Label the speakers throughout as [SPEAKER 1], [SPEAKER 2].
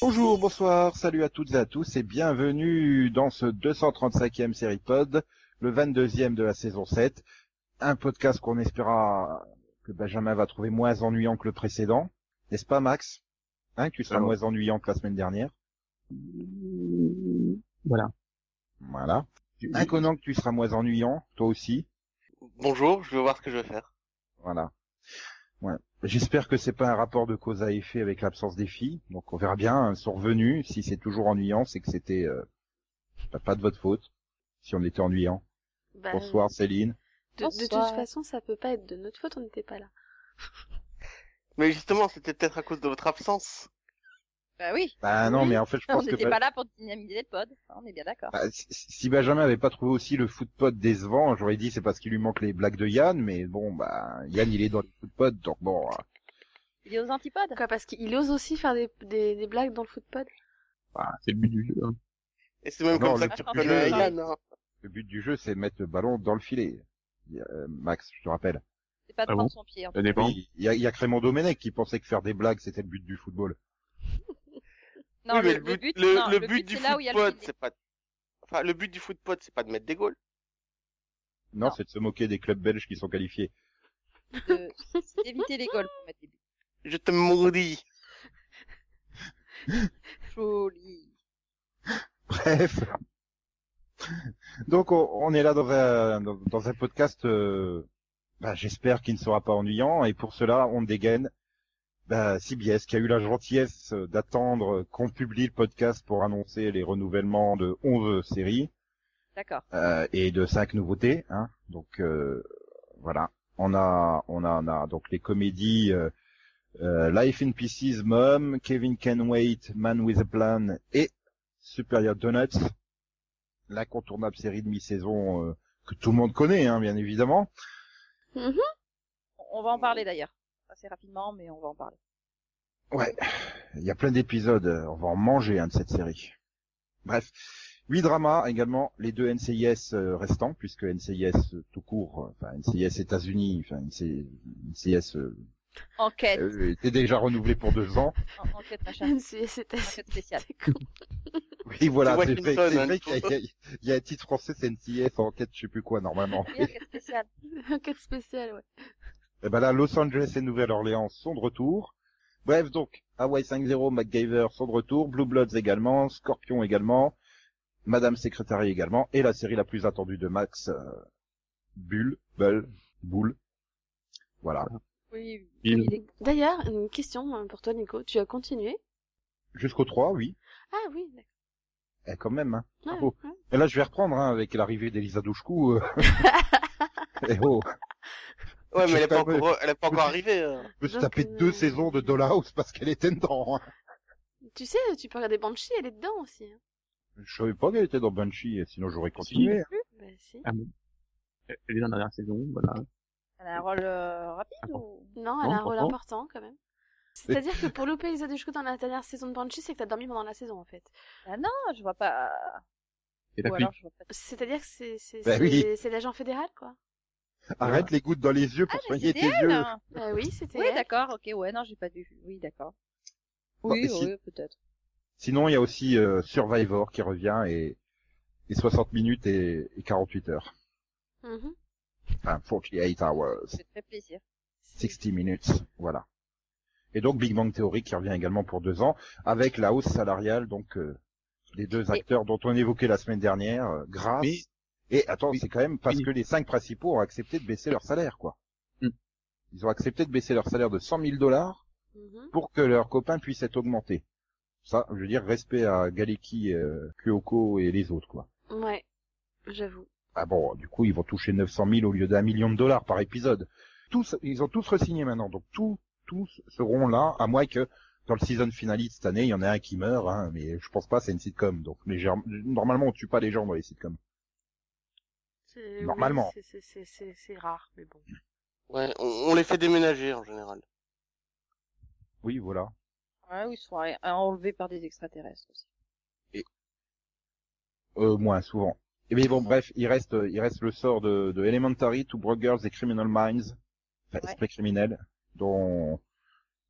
[SPEAKER 1] Bonjour, bonsoir, salut à toutes et à tous et bienvenue dans ce 235e série pod, le 22e de la saison 7, un podcast qu'on espéra que Benjamin va trouver moins ennuyant que le précédent, n'est-ce pas Max Hein, tu seras
[SPEAKER 2] Alors.
[SPEAKER 1] moins ennuyant que la semaine dernière.
[SPEAKER 2] Voilà.
[SPEAKER 1] Voilà. Un Conan que tu seras moins ennuyant, toi aussi.
[SPEAKER 3] Bonjour, je vais voir ce que je vais faire.
[SPEAKER 1] Voilà. Ouais. J'espère que c'est pas un rapport de cause à effet avec l'absence des filles. Donc on verra bien, elles sont revenues. Si c'est toujours ennuyant, c'est que c'était euh, bah, pas de votre faute. Si on était ennuyant.
[SPEAKER 4] Bah,
[SPEAKER 1] Bonsoir Céline.
[SPEAKER 4] De, de
[SPEAKER 5] Bonsoir.
[SPEAKER 4] toute façon, ça peut pas être de notre faute, on n'était pas là.
[SPEAKER 3] Mais justement, c'était peut-être à cause de votre absence.
[SPEAKER 5] Bah oui,
[SPEAKER 1] Bah non,
[SPEAKER 4] Oui.
[SPEAKER 1] mais en fait je
[SPEAKER 5] on
[SPEAKER 1] pense que
[SPEAKER 5] n'était
[SPEAKER 1] bah-
[SPEAKER 5] pas là pour dynamiser le pod, hein, on est bien d'accord.
[SPEAKER 1] bah, si- si Benjamin avait pas trouvé aussi le footpod décevant, j'aurais dit c'est parce qu'il lui manque les blagues de Yann, mais bon bah Yann il est dans le footpod, donc bon. euh,
[SPEAKER 5] Il est aux antipodes
[SPEAKER 4] Pourquoi Parce qu'il ose aussi faire des, des, des blagues dans le footpod.
[SPEAKER 2] Bah, c'est le but du jeu. hein.
[SPEAKER 3] Et c'est même
[SPEAKER 1] Non,
[SPEAKER 3] comme ça
[SPEAKER 1] le
[SPEAKER 3] que tu
[SPEAKER 5] but
[SPEAKER 3] reconnais
[SPEAKER 1] du jeu,
[SPEAKER 3] Yann. hein.
[SPEAKER 1] Le but du jeu c'est de mettre le ballon dans le filet. Euh, Max, je te rappelle.
[SPEAKER 5] C'est pas de
[SPEAKER 2] Ah
[SPEAKER 5] prendre
[SPEAKER 2] bon
[SPEAKER 5] son pied. en
[SPEAKER 2] Ça dépend.
[SPEAKER 1] Oui, il y a, il y a Crémant Domenech qui pensait que faire des blagues c'était le but du football.
[SPEAKER 5] fait. Non,
[SPEAKER 3] Oui, mais
[SPEAKER 5] le, le but,
[SPEAKER 3] le,
[SPEAKER 5] non,
[SPEAKER 3] le but du
[SPEAKER 5] c'est là où il y a
[SPEAKER 3] footpod,
[SPEAKER 5] le filet.
[SPEAKER 3] c'est pas. Enfin, le but du footpod, c'est pas de mettre des goals.
[SPEAKER 1] Non,
[SPEAKER 5] Non.
[SPEAKER 1] c'est de se moquer des clubs belges qui sont qualifiés.
[SPEAKER 5] de- c'est d'éviter les goals pour mettre des buts.
[SPEAKER 3] Je te maudis.
[SPEAKER 5] Joli.
[SPEAKER 1] Bref. Donc on, on est là dans un, dans, dans un podcast, euh, bah, j'espère qu'il ne sera pas ennuyant, et pour cela on dégaine bah, CBS qui a eu la gentillesse euh, d'attendre qu'on publie le podcast pour annoncer les renouvellements de 11 séries.
[SPEAKER 5] D'accord.
[SPEAKER 1] euh, et de cinq nouveautés. Hein. Donc euh, voilà, on a on a on a donc les comédies euh, euh, Life in Pieces, Mom, Kevin Can Wait, Man with a Plan et Superior Donuts, l'incontournable série de mi-saison euh, que tout le monde connaît, hein, bien évidemment.
[SPEAKER 5] On, on va en parler d'ailleurs. Assez rapidement, mais on va en parler.
[SPEAKER 1] Ouais, il y a plein d'épisodes, euh, on va en manger un de cette série. Bref, huit dramas également, les deux NCIS euh, restants, puisque NCIS euh, tout court, euh, enfin NCIS États-Unis, enfin NC- NCIS euh,
[SPEAKER 5] Enquête.
[SPEAKER 1] euh, était déjà renouvelé pour deux ans.
[SPEAKER 5] En- enquête, machin.
[SPEAKER 4] C'est c'est assez
[SPEAKER 5] Enquête spéciale.
[SPEAKER 4] con.
[SPEAKER 1] Oui, voilà,
[SPEAKER 3] C'est
[SPEAKER 1] c'est fait,
[SPEAKER 3] Washington,
[SPEAKER 1] c'est
[SPEAKER 3] hein,
[SPEAKER 1] fait
[SPEAKER 3] tout.
[SPEAKER 1] qu'il y a- il y, a- il y a un titre français, c'est NCIS, enquête je sais plus quoi normalement.
[SPEAKER 5] Oui, enquête spéciale.
[SPEAKER 4] Enquête spéciale, ouais.
[SPEAKER 1] Et ben là, Los Angeles et Nouvelle-Orléans sont de retour. Bref, donc, Hawaii 5-0, MacGyver sont de retour, Blue Bloods également, Scorpion également, Madame Secretary également, et la série la plus attendue de Max, euh, Bulle, Bull, Boule. Voilà.
[SPEAKER 5] Oui,
[SPEAKER 2] Il-
[SPEAKER 5] il est-
[SPEAKER 4] D'ailleurs, une question hein, pour toi, Nico. Tu as continué
[SPEAKER 1] Jusqu'au 3, oui.
[SPEAKER 4] Ah oui, d'accord.
[SPEAKER 1] Eh, quand même, hein.
[SPEAKER 4] Ouais,
[SPEAKER 1] Bravo.
[SPEAKER 4] ouais.
[SPEAKER 1] Et là, je vais reprendre, hein, avec l'arrivée d'Elisa Douchkou. euh. eh oh,
[SPEAKER 3] Ouais,
[SPEAKER 1] Je
[SPEAKER 3] mais elle est pas
[SPEAKER 1] sais pas,
[SPEAKER 3] encore, elle est pas encore arrivée. euh.
[SPEAKER 1] je peux se
[SPEAKER 4] Donc,
[SPEAKER 1] taper
[SPEAKER 4] euh,
[SPEAKER 1] deux saisons de Dollhouse parce qu'elle était dedans. hein.
[SPEAKER 4] Tu sais, tu peux regarder Banshee, elle est dedans aussi. Hein.
[SPEAKER 1] Je savais pas qu'elle était dans Banshee, sinon j'aurais continué.
[SPEAKER 4] Bah si.
[SPEAKER 2] Ah, mais- Elle est dans la dernière saison, voilà.
[SPEAKER 5] Elle a un rôle euh, rapide
[SPEAKER 2] Ah,
[SPEAKER 5] ou
[SPEAKER 4] Non, elle
[SPEAKER 2] Non,
[SPEAKER 4] a un rôle
[SPEAKER 2] pourtant.
[SPEAKER 4] important quand même. C'est-à-dire que pour louper les Adéchko dans la dernière saison de Banshee, c'est que t'as dormi pendant la saison en fait.
[SPEAKER 5] Ah non, je vois pas.
[SPEAKER 2] Et la
[SPEAKER 5] Ou alors, je vois pas.
[SPEAKER 4] C'est-à-dire que c'est c'est
[SPEAKER 1] Bah
[SPEAKER 4] c'est-
[SPEAKER 1] oui.
[SPEAKER 4] c'est l'agent fédéral quoi.
[SPEAKER 1] Arrête les gouttes dans les yeux
[SPEAKER 5] Ah,
[SPEAKER 1] pour
[SPEAKER 5] mais
[SPEAKER 1] soigner
[SPEAKER 5] c'était
[SPEAKER 1] tes yeux.
[SPEAKER 5] elle hein.
[SPEAKER 1] Bah
[SPEAKER 4] Euh, oui, c'était.
[SPEAKER 5] Oui,
[SPEAKER 4] elle.
[SPEAKER 5] d'accord, ok, ouais, non, j'ai pas vu. Oui, d'accord.
[SPEAKER 1] Bon,
[SPEAKER 5] Oui,
[SPEAKER 1] et si-
[SPEAKER 5] oui, peut-être.
[SPEAKER 1] Sinon, il y a aussi euh, Survivor qui revient et, et 60 minutes et, et 48 heures.
[SPEAKER 4] Mhm.
[SPEAKER 1] Enfin, 48 hours,
[SPEAKER 5] Ça fait très plaisir.
[SPEAKER 1] 60 minutes, voilà. Et donc Big Bang Theory qui revient également pour deux ans avec la hausse salariale donc euh, des deux
[SPEAKER 5] Et-
[SPEAKER 1] acteurs dont on évoquait la semaine dernière, euh, grâce.
[SPEAKER 2] Mais-
[SPEAKER 1] Et attends,
[SPEAKER 2] Oui.
[SPEAKER 1] c'est quand même parce
[SPEAKER 2] Oui.
[SPEAKER 1] que les cinq principaux ont accepté de baisser leur salaire quoi.
[SPEAKER 2] Hmm.
[SPEAKER 1] Ils ont accepté de baisser leur salaire de 100 000 dollars
[SPEAKER 4] Mhm.
[SPEAKER 1] pour que leurs copains puissent être augmentés. Ça, je veux dire, respect à Galecki, euh, Kyoko et les autres, quoi.
[SPEAKER 4] Ouais, j'avoue.
[SPEAKER 1] Ah bon, du coup, ils vont toucher 900 000 au lieu d'un million de dollars par épisode. Tous, ils ont tous re-signé maintenant, donc tous, tous seront là, à moins que dans le season finale de cette année, il y en a un qui meurt, hein, mais je pense pas, c'est une sitcom, donc légèrement, normalement, on tue pas les gens dans les sitcoms.
[SPEAKER 4] C'est-
[SPEAKER 1] Normalement.
[SPEAKER 4] oui, c'est- c'est- c'est c'est rare, mais bon.
[SPEAKER 3] Ouais, on, on les fait déménager en général.
[SPEAKER 1] Oui, voilà.
[SPEAKER 5] Ouais, oui, ils sont enlevés par des extraterrestres aussi.
[SPEAKER 1] Euh, moins souvent. Et bien bon, bref, il reste, il reste le sort de, de Elementary, Two Broke Girls et Criminal Minds, enfin,
[SPEAKER 5] Ouais.
[SPEAKER 1] esprit criminel, dont,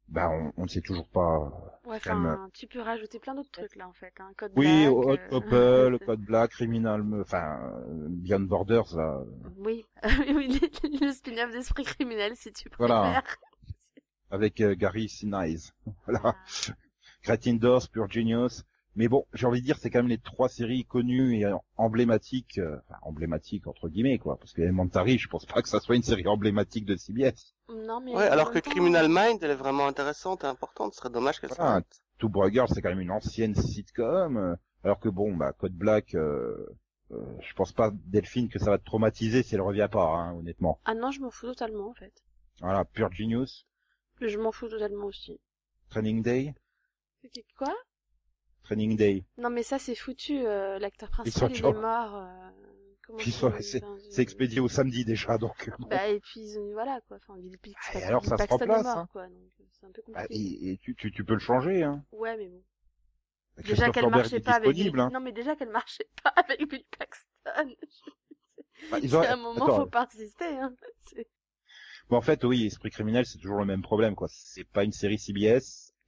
[SPEAKER 1] bah, on, on ne sait toujours pas.
[SPEAKER 4] Ouais,
[SPEAKER 1] Calme.
[SPEAKER 4] enfin, tu peux rajouter plein d'autres trucs là en fait. Hein. Code
[SPEAKER 1] Oui,
[SPEAKER 4] Black,
[SPEAKER 1] Hot
[SPEAKER 4] euh,
[SPEAKER 1] Couple, Code Black, Criminal, enfin, euh, Beyond Borders, là.
[SPEAKER 4] Oui, Oui, le le spin-off d'esprit criminel si tu préfères.
[SPEAKER 1] Voilà. avec euh, Gary Sinise. Voilà. Gretchen Dorst, Pure Genius. Mais bon, j'ai envie de dire, c'est quand même les trois séries connues et euh, emblématiques, euh, enfin, emblématiques entre guillemets, quoi. Parce que Elementary, je pense pas que ça soit une série emblématique de CBS.
[SPEAKER 4] Non, mais
[SPEAKER 3] Ouais,
[SPEAKER 4] en
[SPEAKER 3] alors
[SPEAKER 4] même
[SPEAKER 3] que
[SPEAKER 4] temps,
[SPEAKER 3] Criminal
[SPEAKER 5] euh,
[SPEAKER 3] Mind, elle est vraiment intéressante et importante. Ce serait dommage qu'elle
[SPEAKER 1] Voilà.
[SPEAKER 3] s'arrête.
[SPEAKER 1] Two Broke Girls, c'est quand même une ancienne sitcom. euh, alors que bon, bah, Code Black, euh, euh, je pense pas, Delphine, que ça va te traumatiser si elle revient pas, hein, honnêtement.
[SPEAKER 4] Ah non, je m'en fous totalement en fait.
[SPEAKER 1] Voilà, Pure Genius,
[SPEAKER 4] Mais Je m'en fous totalement aussi.
[SPEAKER 1] Training Day,
[SPEAKER 4] Quoi
[SPEAKER 1] Training Day.
[SPEAKER 4] Non, mais ça c'est foutu. euh, L'acteur principal
[SPEAKER 1] sont
[SPEAKER 4] il est
[SPEAKER 1] toujours-
[SPEAKER 4] mort. euh, comment
[SPEAKER 1] Ils
[SPEAKER 4] tu-
[SPEAKER 1] sont-
[SPEAKER 4] enfin,
[SPEAKER 1] C'est expédié au samedi déjà, donc. euh, bon.
[SPEAKER 4] Bah et puis ils ont- voilà quoi. Enfin, Bill Pitts.
[SPEAKER 1] Ah, et
[SPEAKER 4] pas-
[SPEAKER 1] alors, ça se
[SPEAKER 4] Paxton est
[SPEAKER 1] remplace,
[SPEAKER 4] mort,
[SPEAKER 1] hein.
[SPEAKER 4] quoi, donc euh, c'est un peu
[SPEAKER 1] Bah,
[SPEAKER 4] compliqué.
[SPEAKER 1] et, et tu, tu, tu peux le changer, hein.
[SPEAKER 4] Ouais, mais bon.
[SPEAKER 1] Christophe
[SPEAKER 4] Déjà qu'elle
[SPEAKER 1] Lambert
[SPEAKER 4] marchait
[SPEAKER 1] est
[SPEAKER 4] pas avec.
[SPEAKER 1] disponible,
[SPEAKER 4] Bill-
[SPEAKER 1] hein.
[SPEAKER 4] Non, mais déjà qu'elle marchait pas avec Bill Paxton.
[SPEAKER 1] Bah, ils auraient-
[SPEAKER 4] À un moment,
[SPEAKER 1] Attends,
[SPEAKER 4] faut pas résister. Hein. C'est-
[SPEAKER 1] bon, en fait, oui, Esprit criminel, c'est toujours le même problème, quoi. C'est pas une série CBS,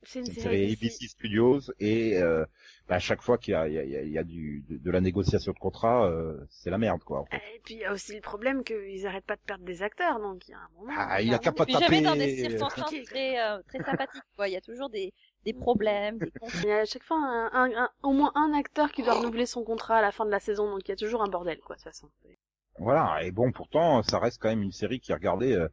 [SPEAKER 4] C'est
[SPEAKER 1] c'est une série ABC Studios, et euh, bah, à chaque fois qu'il y a, il y a- il y a- il y a du, de, de la négociation de contrat, euh, c'est la merde, quoi. en fait.
[SPEAKER 4] Et puis il y a aussi le problème qu'ils arrêtent pas de perdre des acteurs, donc il y a un moment.
[SPEAKER 1] Ah, il a qu'à pas
[SPEAKER 5] Puis jamais dans des
[SPEAKER 1] taper.
[SPEAKER 5] circonstances très, euh, très sympathiques, quoi. Il y a toujours des, des problèmes, des conflits.
[SPEAKER 4] Il y a à chaque fois un, un- un- au moins un acteur qui doit renouveler son contrat à la fin de la saison, donc il y a toujours un bordel, quoi, de toute façon.
[SPEAKER 1] Voilà, et bon, pourtant, ça reste quand même une série qui est regardée euh,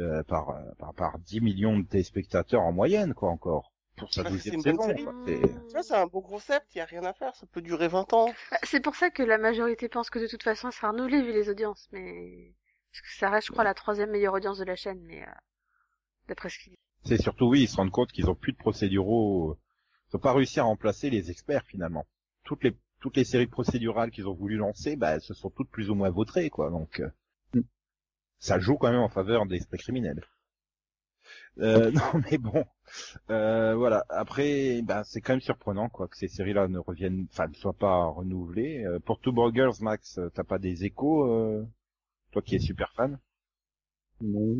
[SPEAKER 1] euh, par, euh, par, par 10 millions de téléspectateurs en moyenne, quoi, encore. Pour sa
[SPEAKER 3] Parce que Ah, c'est
[SPEAKER 1] deuxième
[SPEAKER 3] une
[SPEAKER 1] saison,
[SPEAKER 3] bonne série.
[SPEAKER 1] quoi.
[SPEAKER 4] Mmh.
[SPEAKER 1] C'est-
[SPEAKER 3] Tu vois, c'est un beau concept, y a rien à faire, ça peut durer 20 ans.
[SPEAKER 4] Bah, C'est pour ça que la majorité pense que de toute façon, elle sera renouvelée vu les audiences, mais. Parce que ça reste, je crois, la troisième meilleure audience de la chaîne, mais. euh, D'après ce qu'il dit.
[SPEAKER 1] C'est surtout, oui, ils se rendent compte qu'ils ont plus de procéduraux. euh, Ils n'ont pas réussi à remplacer les experts, finalement. Toutes les, toutes les séries procédurales qu'ils ont voulu lancer, bah, elles se sont toutes plus ou moins vautrées, quoi. Donc, euh,
[SPEAKER 2] Mm.
[SPEAKER 1] ça joue quand même en faveur des esprits criminels. Euh, non, mais bon. Euh, voilà. Après, bah, c'est quand même surprenant, quoi, que ces séries-là ne reviennent, enfin, ne soient pas renouvelées. Euh, pour Two Broke Girls, Max, euh, t'as pas des échos, euh, toi qui es super fan?
[SPEAKER 2] Non.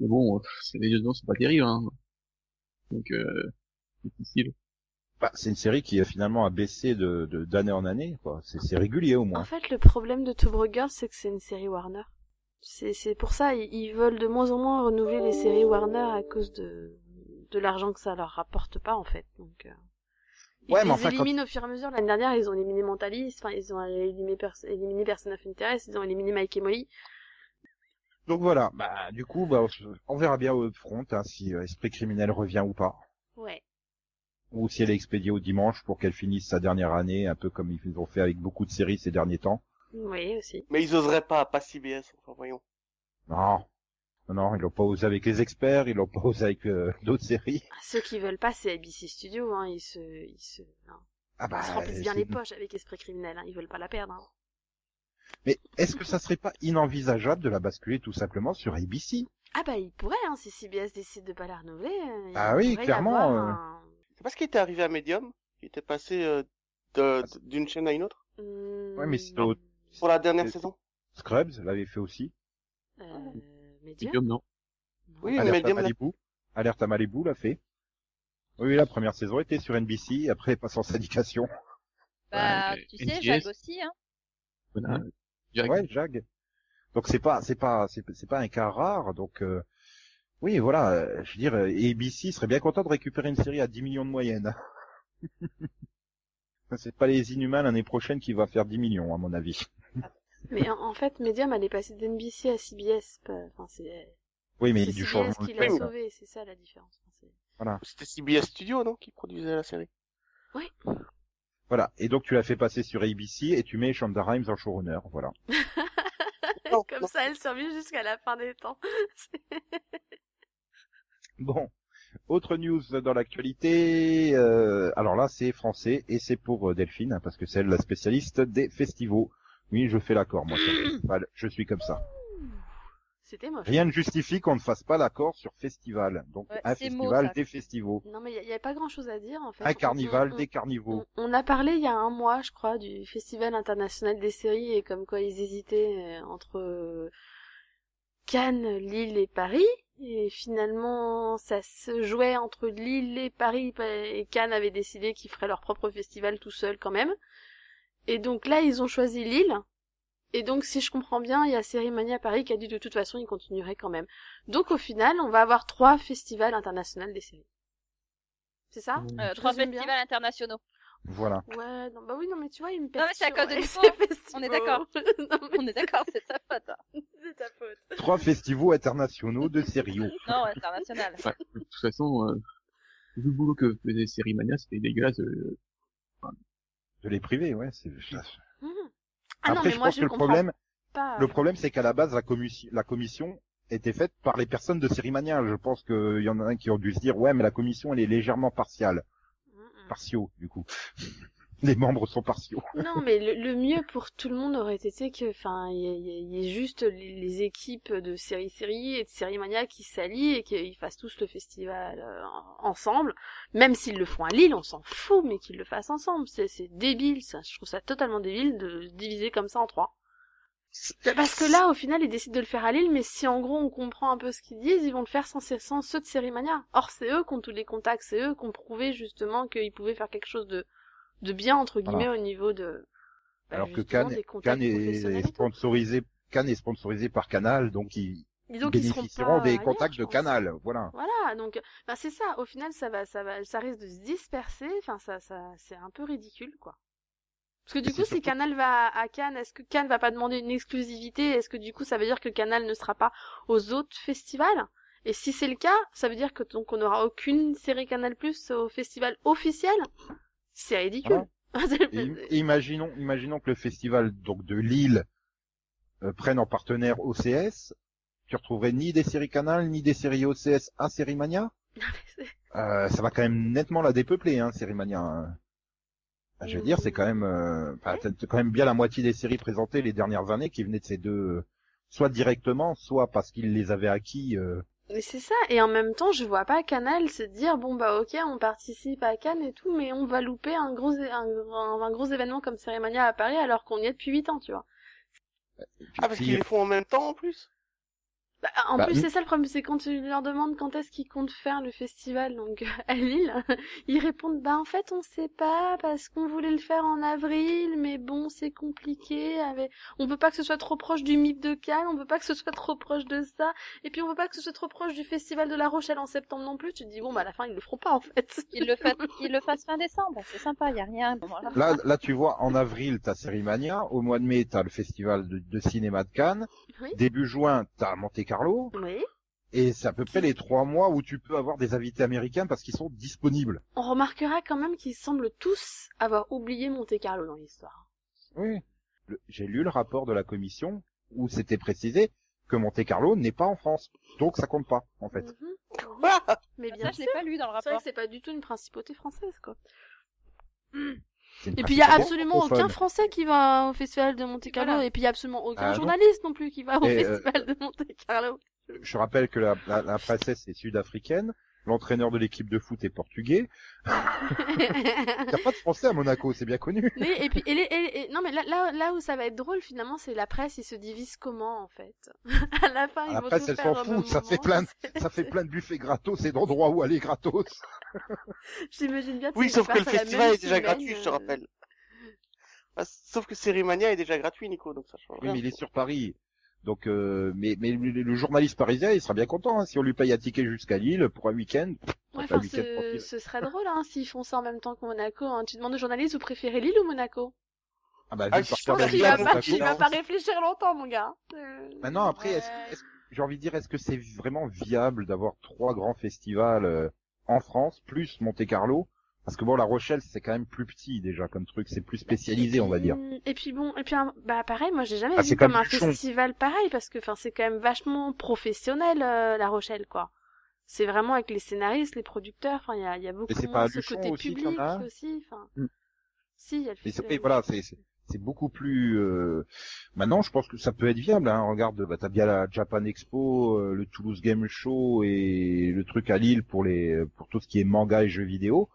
[SPEAKER 2] Mais bon, euh, les deux audiences sont pas terribles, hein. Donc, euh, difficile.
[SPEAKER 1] Bah, c'est une série qui euh, finalement a baissé de de- d'année en année, quoi. C'est c'est régulier au
[SPEAKER 4] En
[SPEAKER 1] moins.
[SPEAKER 4] fait, le problème de Two Broke Girls, c'est que c'est une série Warner. C'est c'est pour ça, ils, ils veulent de moins en moins renouveler les séries Warner à cause de, de l'argent que ça leur rapporte pas, en fait. Donc, euh, ils
[SPEAKER 1] Ouais, mais
[SPEAKER 4] les
[SPEAKER 1] enfin, quand-
[SPEAKER 4] éliminent au fur et à mesure. L'année dernière, ils ont éliminé Mentalist, enfin, ils ont éliminé, Pers- éliminé Person of Interest, ils ont éliminé Mike et Molly.
[SPEAKER 1] Donc voilà, bah du coup, bah, on verra bien au front hein, si euh, Esprit criminel revient ou pas,
[SPEAKER 4] Ouais.
[SPEAKER 1] ou si elle est expédiée au dimanche pour qu'elle finisse sa dernière année, un peu comme ils ont fait avec beaucoup de séries ces derniers temps.
[SPEAKER 4] Oui, aussi.
[SPEAKER 3] Mais ils oseraient pas, pas CBS, enfin voyons.
[SPEAKER 1] Non, non, non, ils l'ont pas osé avec les experts, ils l'ont pas osé avec euh, d'autres séries.
[SPEAKER 4] Ceux qui veulent pas, c'est ABC Studio, hein, ils se, ils se, hein,
[SPEAKER 1] Ah
[SPEAKER 4] ils se remplissent bien
[SPEAKER 1] c'est-
[SPEAKER 4] les poches avec Esprit Criminel, hein, ils veulent pas la perdre, hein.
[SPEAKER 1] Mais est-ce que ça serait pas inenvisageable de la basculer tout simplement sur ABC
[SPEAKER 4] Ah bah il pourrait, hein, si CBS décide de pas la renouveler. euh,
[SPEAKER 1] Ah
[SPEAKER 4] il
[SPEAKER 1] oui,
[SPEAKER 4] pourrait y
[SPEAKER 1] clairement,
[SPEAKER 4] avoir
[SPEAKER 1] euh.
[SPEAKER 4] un-
[SPEAKER 3] C'est parce qu'il était arrivé à Medium, il était passé euh, de- d'une chaîne à une autre,
[SPEAKER 4] Hmm,
[SPEAKER 1] Ouais, mais c'est au-
[SPEAKER 3] pour la dernière
[SPEAKER 1] Et-
[SPEAKER 3] saison.
[SPEAKER 1] Scrubs l'avait fait aussi.
[SPEAKER 4] Euh, Medium
[SPEAKER 2] Medium, non.
[SPEAKER 3] Oui, mais
[SPEAKER 1] Alerte à
[SPEAKER 3] Medium, là.
[SPEAKER 1] Malibu. Alerte à Malibu l'a fait. Oui, la première saison était sur NBC, après passe en syndication.
[SPEAKER 5] Bah,
[SPEAKER 2] Ouais,
[SPEAKER 5] tu
[SPEAKER 2] mais
[SPEAKER 5] sais,
[SPEAKER 2] NCIS.
[SPEAKER 5] Jacques aussi, hein.
[SPEAKER 2] Voilà. Direct.
[SPEAKER 1] Ouais, Jag. Donc c'est pas, c'est pas, c'est c'est pas un cas rare. Donc euh, oui, voilà, euh, je veux dire, euh, ABC serait bien content de récupérer une série à 10 millions de moyenne. c'est pas les Inhumains l'année prochaine qui va faire 10 millions, à mon avis.
[SPEAKER 4] Mais en, en fait, Medium, elle est passée d'NBC à CBS. pas- Enfin, c'est
[SPEAKER 1] Oui, mais
[SPEAKER 4] c'est
[SPEAKER 1] du
[SPEAKER 4] CBS
[SPEAKER 1] changement.
[SPEAKER 4] qui
[SPEAKER 1] de
[SPEAKER 4] l'a
[SPEAKER 1] chaîne.
[SPEAKER 4] sauvée, c'est ça la différence. Enfin, c'est-
[SPEAKER 3] C'était CBS Studio, non, qui produisait la série.
[SPEAKER 1] Voilà. Et donc tu l'as fait passer sur ABC et tu mets Shonda Rhimes en showrunner. Voilà.
[SPEAKER 3] Non,
[SPEAKER 4] Comme
[SPEAKER 3] non.
[SPEAKER 4] ça, elle survit jusqu'à la fin des temps.
[SPEAKER 1] Bon, autre news dans l'actualité. euh, alors là, c'est français et c'est pour euh, Delphine hein, parce que c'est elle la spécialiste des festivals. Oui, je fais l'accord, moi. sur le festival, Je suis comme ça.
[SPEAKER 4] C'était moche.
[SPEAKER 1] Rien ne justifie qu'on ne fasse pas l'accord sur festival. Donc
[SPEAKER 5] Ouais,
[SPEAKER 1] un
[SPEAKER 5] c'est
[SPEAKER 1] festival,
[SPEAKER 5] mot, ça.
[SPEAKER 1] des festivals.
[SPEAKER 4] Non, mais il n'y avait pas grand chose à dire, en fait.
[SPEAKER 1] Un Ah, carnival,
[SPEAKER 4] On- on-
[SPEAKER 1] des carnivaux.
[SPEAKER 4] on, on a parlé il y a un mois, je crois, du Festival international des séries et comme quoi ils hésitaient euh, entre euh, Cannes, Lille et Paris. Et finalement, ça se jouait entre Lille et Paris. pa- Et Cannes avait décidé qu'ils feraient leur propre festival tout seul quand même. Et donc là, ils ont choisi Lille. Et donc, si je comprends bien, il y a Cérémonie à Paris qui a dit de toute façon, ils continueraient quand même. Donc, au final, on va avoir trois festivals internationaux des séries. C'est ça
[SPEAKER 5] Euh,
[SPEAKER 4] Je
[SPEAKER 5] trois
[SPEAKER 4] résume bien.
[SPEAKER 5] festivals internationaux.
[SPEAKER 1] Voilà.
[SPEAKER 4] Ouais, non, bah oui, non, mais tu vois, il me
[SPEAKER 5] Non, mais c'est à cause de
[SPEAKER 4] perturbe,
[SPEAKER 5] Nico.
[SPEAKER 4] ouais, ces festivals.
[SPEAKER 5] On est d'accord.
[SPEAKER 4] Non, mais
[SPEAKER 5] On est d'accord, c'est de sa faute. hein.
[SPEAKER 4] c'est ta faute.
[SPEAKER 1] Trois festivals internationaux de sérieux.
[SPEAKER 5] Non, international.
[SPEAKER 2] Enfin, de toute façon, euh, vu le boulot que faisait Série Mania, c'était dégueulasse. euh,
[SPEAKER 1] De les privés, ouais. c'est-
[SPEAKER 5] Mmh.
[SPEAKER 4] Mhm. Ah non,
[SPEAKER 1] Après,
[SPEAKER 4] mais
[SPEAKER 1] je
[SPEAKER 4] moi,
[SPEAKER 1] pense
[SPEAKER 4] je
[SPEAKER 1] que le
[SPEAKER 4] comprends
[SPEAKER 1] problème,
[SPEAKER 4] pas.
[SPEAKER 1] le problème, c'est qu'à la base, la, commission- la commission était faite par les personnes de Sérimania. Je pense qu'il y en a un qui ont dû se dire, ouais, mais la commission, elle est légèrement partiale.
[SPEAKER 4] Mhm.
[SPEAKER 1] Partiaux, du coup. les membres sont partiaux.
[SPEAKER 4] Non, mais le, le mieux pour tout le monde aurait été que, enfin, il y, ait- il y ait- il y ait juste les, les équipes de série série et de série mania qui s'allient et qu'ils fassent tous le festival euh, en- ensemble. Même s'ils le font à Lille, on s'en fout, mais qu'ils le fassent ensemble. C'est, c'est débile, ça. Je trouve ça totalement débile de se diviser comme ça en trois. Bah, Parce que là, au final, ils décident de le faire à Lille, mais si en gros on comprend un peu ce qu'ils disent, ils vont le faire sans, sans ceux de série mania. Or, c'est eux qui ont tous les contacts, c'est eux qui ont prouvé justement qu'ils pouvaient faire quelque chose de de bien entre guillemets au niveau de bah,
[SPEAKER 1] Alors que
[SPEAKER 4] justement,
[SPEAKER 1] Cannes-
[SPEAKER 4] des contacts
[SPEAKER 1] Cannes est
[SPEAKER 4] professionnels et tout.
[SPEAKER 1] sponsorisé, Cannes est sponsorisé par Canal, donc ils,
[SPEAKER 4] Dis
[SPEAKER 1] ils
[SPEAKER 4] donc, ils seront
[SPEAKER 1] bénéficieront
[SPEAKER 4] pas
[SPEAKER 1] des
[SPEAKER 4] ailleurs,
[SPEAKER 1] contacts
[SPEAKER 4] je
[SPEAKER 1] de
[SPEAKER 4] pense.
[SPEAKER 1] Canal. Voilà.
[SPEAKER 4] Voilà, donc ben, c'est ça. Au final, ça va, ça va, ça risque de se disperser. Enfin, ça, ça, c'est un peu ridicule, quoi. Parce que du
[SPEAKER 1] Et
[SPEAKER 4] coup,
[SPEAKER 1] c'est
[SPEAKER 4] si
[SPEAKER 1] surtout-
[SPEAKER 4] Canal va à Cannes, est-ce que Cannes va pas demander une exclusivité Est-ce que du coup, ça veut dire que Canal ne sera pas aux autres festivals Et si c'est le cas, ça veut dire que donc on n'aura aucune série Canal Plus au festival officiel C'est ridicule.
[SPEAKER 1] Ah
[SPEAKER 4] Euh,
[SPEAKER 1] Et im- imaginons, imaginons que le festival donc de Lille euh, prenne en partenaire OCS. Tu retrouverais ni des séries Canal, ni des séries OCS à Sérimania. Euh, ça va quand même nettement la dépeupler, hein, Sérimania. hein. Bah, Je veux dire, c'est quand même, euh, enfin, t'as- t'as quand même bien la moitié des séries présentées les dernières années qui venaient de ces deux, soit directement, soit parce qu'ils les avaient acquis. euh,
[SPEAKER 4] Mais c'est ça, et en même temps, je vois pas Canal se dire bon bah ok, on participe à Cannes et tout, mais on va louper un gros é- un, un, un gros événement comme Cérémonia à Paris alors qu'on y est depuis huit ans, tu vois.
[SPEAKER 1] et puis,
[SPEAKER 3] Ah, parce
[SPEAKER 1] si-
[SPEAKER 3] qu'ils les font en même temps en plus
[SPEAKER 4] Bah, en
[SPEAKER 1] Bah,
[SPEAKER 4] plus,
[SPEAKER 1] hmm.
[SPEAKER 4] c'est ça le problème, c'est quand tu leur demandes quand est-ce qu'ils comptent faire le festival donc à Lille, ils répondent bah en fait on sait pas parce qu'on voulait le faire en avril, mais bon c'est compliqué, avec... on veut pas que ce soit trop proche du MIP de Cannes, on veut pas que ce soit trop proche de ça, et puis on veut pas que ce soit trop proche du festival de La Rochelle en septembre non plus. Tu te dis bon bah à la fin ils le feront pas en fait.
[SPEAKER 5] Qu'ils le, fassent- qu'ils le fassent fin décembre, c'est sympa, y a rien. Bon, voilà.
[SPEAKER 1] Là, là, tu vois, en avril, t'as Sérimania. Au mois de mai, t'as le festival de, de cinéma de Cannes.
[SPEAKER 4] Oui.
[SPEAKER 1] Début juin, t'as Monte Carlo.
[SPEAKER 4] Oui.
[SPEAKER 1] Et c'est à peu près les trois mois où tu peux avoir des invités américains parce qu'ils sont disponibles.
[SPEAKER 4] On remarquera quand même qu'ils semblent tous avoir oublié Monte Carlo dans l'histoire.
[SPEAKER 1] Oui. J'ai lu le rapport de la commission où c'était précisé que Monte Carlo n'est pas en France. Donc ça compte pas, en fait.
[SPEAKER 4] Mhm.
[SPEAKER 3] Quoi
[SPEAKER 4] Mais
[SPEAKER 5] Ça,
[SPEAKER 4] bien
[SPEAKER 5] je l'ai
[SPEAKER 4] sûr.
[SPEAKER 5] pas lu dans le
[SPEAKER 4] C'est vrai
[SPEAKER 5] rapport.
[SPEAKER 4] que c'est pas du tout une principauté française, quoi.
[SPEAKER 1] Ah, C'est une
[SPEAKER 4] Et puis il y a
[SPEAKER 1] principauté
[SPEAKER 4] absolument aucun
[SPEAKER 1] francophone.
[SPEAKER 4] Français qui va au festival de Monte Carlo,
[SPEAKER 5] Voilà.
[SPEAKER 4] et puis il y a absolument aucun
[SPEAKER 1] Ah, non.
[SPEAKER 4] journaliste non. plus qui va au
[SPEAKER 1] Et, euh,
[SPEAKER 4] festival de Monte Carlo.
[SPEAKER 1] Je rappelle que la, la, la princesse est sud-africaine. L'entraîneur de l'équipe de foot est portugais. Il n'y a pas de français à Monaco, c'est bien connu.
[SPEAKER 4] mais et puis et les- et- et- non mais là, là là où ça va être drôle finalement, c'est la presse, ils se divisent comment en fait. à la fin, ils
[SPEAKER 1] La
[SPEAKER 4] vont
[SPEAKER 1] presse,
[SPEAKER 4] tout
[SPEAKER 1] elle
[SPEAKER 4] faire
[SPEAKER 1] s'en
[SPEAKER 4] au même
[SPEAKER 1] fout, ça
[SPEAKER 4] moment. hein.
[SPEAKER 1] fait plein de- Ça fait plein de buffets gratos et d'endroits où aller gratos.
[SPEAKER 4] J'imagine bien.
[SPEAKER 3] Oui,
[SPEAKER 4] tu sais,
[SPEAKER 3] sauf que le
[SPEAKER 4] faire ça la
[SPEAKER 3] festival
[SPEAKER 4] même
[SPEAKER 3] est déjà
[SPEAKER 4] semaine,
[SPEAKER 3] gratuit, je te
[SPEAKER 4] euh,
[SPEAKER 3] rappelle. Ah, Sauf que Cérimania est déjà gratuit, Nico, donc ça change
[SPEAKER 1] Oui,
[SPEAKER 3] rien.
[SPEAKER 1] mais il est sur Paris. Donc, euh, mais, mais le le journaliste parisien, il sera bien content hein, si on lui paye un ticket jusqu'à Lille pour un week-end. Enfin,
[SPEAKER 4] Ouais, enfin,
[SPEAKER 1] week-end
[SPEAKER 4] ce,
[SPEAKER 1] tranquille.
[SPEAKER 4] ce serait drôle hein, s'ils font ça en même temps que Monaco. Hein. Tu demandes aux journalistes, vous préférez Lille ou Monaco
[SPEAKER 1] Ah bah,
[SPEAKER 3] Ah,
[SPEAKER 1] vu
[SPEAKER 3] je
[SPEAKER 1] par
[SPEAKER 4] Je pense
[SPEAKER 1] Paris,
[SPEAKER 4] qu'il
[SPEAKER 3] bien,
[SPEAKER 4] va,
[SPEAKER 1] on
[SPEAKER 3] bon,
[SPEAKER 4] pas,
[SPEAKER 1] va
[SPEAKER 3] d'accord.
[SPEAKER 4] il va pas réfléchir longtemps, mon gars. Euh,
[SPEAKER 1] hein. Maintenant, après, est-ce que- est-ce que- j'ai envie de dire, est-ce que c'est vraiment viable d'avoir trois grands festivals euh, en France plus Monte Carlo Parce que bon, La Rochelle, c'est quand même plus petit déjà comme truc, c'est plus spécialisé, on va dire.
[SPEAKER 4] Mm, Et puis bon, et puis un- bah pareil, moi j'ai jamais
[SPEAKER 1] Ah,
[SPEAKER 4] vu
[SPEAKER 1] c'est
[SPEAKER 4] comme
[SPEAKER 1] comme
[SPEAKER 4] un
[SPEAKER 1] Luchon.
[SPEAKER 4] festival pareil parce que enfin c'est quand même vachement professionnel euh, La Rochelle quoi. C'est vraiment avec les scénaristes, les producteurs, enfin il y a, il y a beaucoup
[SPEAKER 1] c'est
[SPEAKER 4] moins
[SPEAKER 1] pas à
[SPEAKER 4] ce
[SPEAKER 1] Luchon
[SPEAKER 4] côté
[SPEAKER 1] aussi qu'il y en
[SPEAKER 4] public
[SPEAKER 1] a un
[SPEAKER 4] aussi, enfin.
[SPEAKER 2] Mm.
[SPEAKER 4] Si, il y a le
[SPEAKER 1] Mais c'est-
[SPEAKER 4] festival
[SPEAKER 1] oui,
[SPEAKER 4] de
[SPEAKER 1] voilà,
[SPEAKER 4] Luchon.
[SPEAKER 1] c'est c'est- c'est beaucoup plus. euh, Maintenant, je pense que ça peut être viable. Hein. Regarde, bah, t'as bien la Japan Expo, euh, le Toulouse Game Show et le truc à Lille pour les pour tout ce qui est manga et jeux vidéo.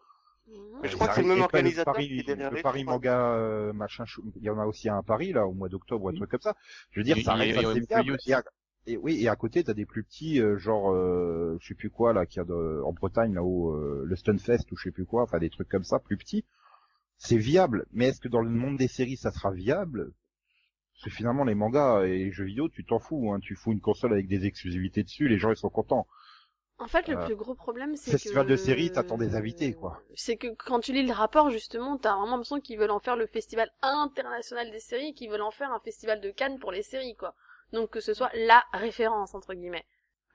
[SPEAKER 4] Mhm.
[SPEAKER 3] Mais je
[SPEAKER 1] Euh,
[SPEAKER 3] crois
[SPEAKER 1] ça
[SPEAKER 3] que c'est
[SPEAKER 1] risque-
[SPEAKER 3] le même
[SPEAKER 1] et pas
[SPEAKER 3] organisateur
[SPEAKER 1] Paris,
[SPEAKER 3] qui est derrière
[SPEAKER 1] le
[SPEAKER 3] les hein.
[SPEAKER 1] Paris
[SPEAKER 3] trois.
[SPEAKER 1] manga euh, machin. chou- Il y en a aussi un à Paris là au mois d'octobre ou un truc comme ça. Je veux dire,
[SPEAKER 2] Il-
[SPEAKER 1] ça
[SPEAKER 2] il-
[SPEAKER 1] reste
[SPEAKER 2] il y a
[SPEAKER 1] assez
[SPEAKER 2] Montpellier
[SPEAKER 1] viable.
[SPEAKER 2] aussi.
[SPEAKER 1] Et, à- et oui, et à côté, t'as des plus petits, euh, genre, euh, je sais plus quoi là, qui a de- en Bretagne là-haut, euh, le Stunfest ou je sais plus quoi, enfin des trucs comme ça, plus petits. C'est viable, mais est-ce que dans le monde des séries, ça sera viable Parce que finalement, les mangas et les jeux vidéo, tu t'en fous, hein. Tu fous une console avec des exclusivités dessus, les gens ils sont contents.
[SPEAKER 4] En fait, le
[SPEAKER 1] Euh,
[SPEAKER 4] plus gros problème, c'est que... euh,
[SPEAKER 1] festival de séries, t'attends des invités, quoi.
[SPEAKER 4] C'est que quand tu lis le rapport, justement, t'as vraiment l'impression qu'ils veulent en faire le festival international des séries, et qu'ils veulent en faire un festival de Cannes pour les séries, quoi. Donc que ce soit la référence, entre guillemets.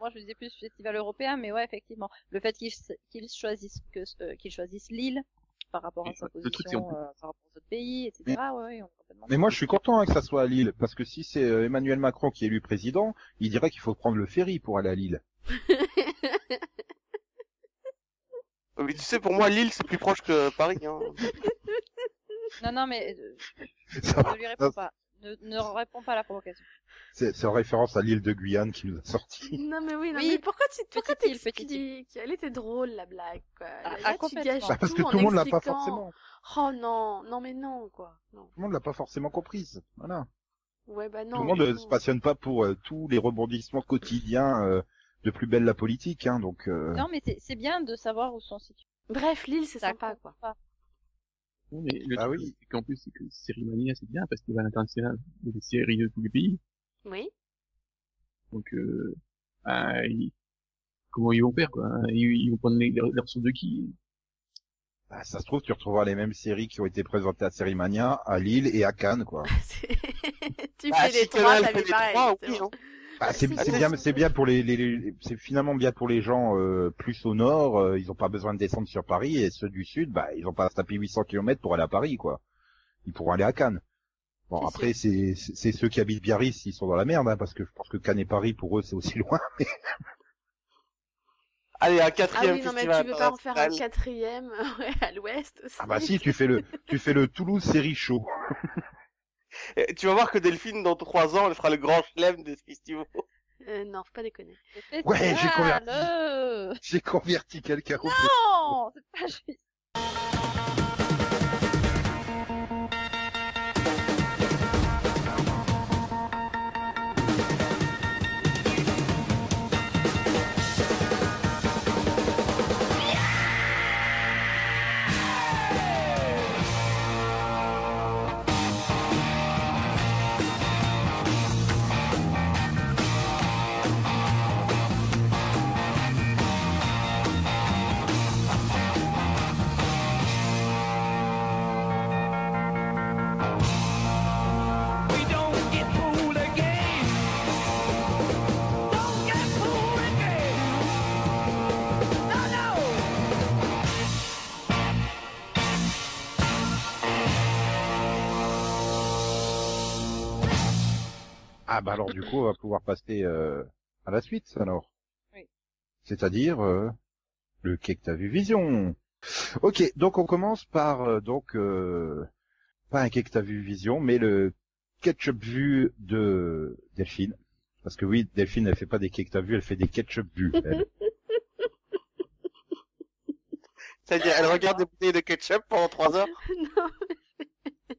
[SPEAKER 5] Moi, je me disais plus festival européen, mais ouais, effectivement. Le fait qu'ils qu'ils choisissent que euh, qu'ils choisissent l'île par rapport à
[SPEAKER 2] Et
[SPEAKER 5] sa
[SPEAKER 2] Mm, le truc,
[SPEAKER 5] position,
[SPEAKER 2] c'est-
[SPEAKER 5] euh, par rapport aux autres pays, etc. Ouais, ouais, on- complètement.
[SPEAKER 1] Mais moi, je suis content hein, que ça soit à Lille, parce que si c'est euh, Emmanuel Macron qui est élu président, il dirait qu'il faut prendre le ferry pour aller à Lille.
[SPEAKER 3] Mais tu sais, pour moi, Lille, c'est plus proche que Paris. Hein.
[SPEAKER 5] Non, non, mais euh,
[SPEAKER 1] Ça,
[SPEAKER 5] ne lui réponds pas. Ne, ne réponds pas à la provocation.
[SPEAKER 1] c'est c'est en référence à l'île de Guyane qui nous a sorti.
[SPEAKER 4] Non mais oui, non
[SPEAKER 5] Oui,
[SPEAKER 4] mais pourquoi tu pourquoi
[SPEAKER 5] petite île, petite
[SPEAKER 4] t'expliques Elle était drôle la blague quoi.
[SPEAKER 5] Ah,
[SPEAKER 4] Là,
[SPEAKER 5] ah,
[SPEAKER 4] tu
[SPEAKER 5] complètement.
[SPEAKER 4] gâches
[SPEAKER 5] Bah,
[SPEAKER 1] Bah, parce que
[SPEAKER 4] en
[SPEAKER 1] tout le monde l'a pas
[SPEAKER 4] expliquant.
[SPEAKER 1] forcément.
[SPEAKER 4] Oh non, non mais non quoi. Non.
[SPEAKER 1] Tout le monde l'a pas forcément comprise. Voilà.
[SPEAKER 4] Ouais bah non.
[SPEAKER 1] tout le monde
[SPEAKER 4] mais
[SPEAKER 1] euh,
[SPEAKER 4] non.
[SPEAKER 1] se passionne pas pour euh, tous les rebondissements quotidiens euh, de plus belle la politique, hein. Donc euh,
[SPEAKER 5] Non, mais c'est- c'est bien de savoir où sont situés.
[SPEAKER 4] Bref, Lille c'est
[SPEAKER 5] Ça
[SPEAKER 4] sympa
[SPEAKER 5] compte
[SPEAKER 4] quoi.
[SPEAKER 5] pas.
[SPEAKER 2] Non, mais le
[SPEAKER 1] Ah
[SPEAKER 2] truc,
[SPEAKER 1] oui.
[SPEAKER 2] c'est qu'en plus, c'est que Série Mania, c'est bien, un festival international, il y a des séries de tous les pays.
[SPEAKER 4] Oui.
[SPEAKER 2] Donc, euh, ah, ils- comment ils vont faire, quoi hein ils, ils vont prendre les, les ressources de qui
[SPEAKER 1] bah, ça se trouve, tu retrouveras les mêmes séries qui ont été présentées à Sérimania, à Lille et à Cannes, quoi.
[SPEAKER 4] C'est- tu
[SPEAKER 3] Bah,
[SPEAKER 4] fais les
[SPEAKER 3] si
[SPEAKER 4] trois,
[SPEAKER 3] Canal
[SPEAKER 4] ça
[SPEAKER 3] fait
[SPEAKER 4] fait
[SPEAKER 3] les
[SPEAKER 4] pareil.
[SPEAKER 3] trois,
[SPEAKER 4] c'est
[SPEAKER 3] oui,
[SPEAKER 4] bon. Ah
[SPEAKER 3] hein.
[SPEAKER 1] Bah, c'est
[SPEAKER 4] C'est
[SPEAKER 1] c'est
[SPEAKER 4] bon.
[SPEAKER 1] bien, c'est bien pour les, les- les- c'est finalement bien pour les gens euh, plus au nord. euh, ils ont pas besoin de descendre sur Paris et ceux du sud, bah ils ont pas à se taper 800 km pour aller à Paris quoi. Ils pourront aller à Cannes. Bon
[SPEAKER 4] C'est
[SPEAKER 1] après c'est c'est c'est ceux qui habitent Biarritz, ils sont dans la merde hein, parce que je pense que Cannes et Paris pour eux c'est aussi loin.
[SPEAKER 3] Allez, un
[SPEAKER 4] Ah
[SPEAKER 3] quatrième
[SPEAKER 4] oui, non mais
[SPEAKER 3] festival
[SPEAKER 4] tu veux pas en faire un
[SPEAKER 3] international.
[SPEAKER 4] quatrième ouais, à l'ouest aussi.
[SPEAKER 1] Ah bah si tu fais le tu fais le Toulouse série chaud.
[SPEAKER 3] Et Tu vas voir que Delphine, dans trois ans, elle fera le grand chelem de ce festival.
[SPEAKER 4] Euh, non, faut pas déconner.
[SPEAKER 5] Le festival,
[SPEAKER 1] Ouais, j'ai convaincu.
[SPEAKER 5] euh,
[SPEAKER 1] J'ai converti quelqu'un. au-
[SPEAKER 5] Non, c'est pas juste.
[SPEAKER 6] We don't get fooled again. Don't get fooled again. No, no.
[SPEAKER 1] Ah bah alors du coup on va pouvoir passer euh, à la suite alors.
[SPEAKER 5] Oui.
[SPEAKER 1] C'est-à-dire euh, le quai que t'as vu Vision. Ok donc on commence par euh, donc euh, pas un quai que t'as vu Vision mais le ketchup vu de Delphine. Parce que oui, Delphine, elle fait pas des quais que t'as vu, elle fait des ketchup vus. elle.
[SPEAKER 3] C'est-à-dire, elle regarde des bouteilles de ketchup pendant trois heures.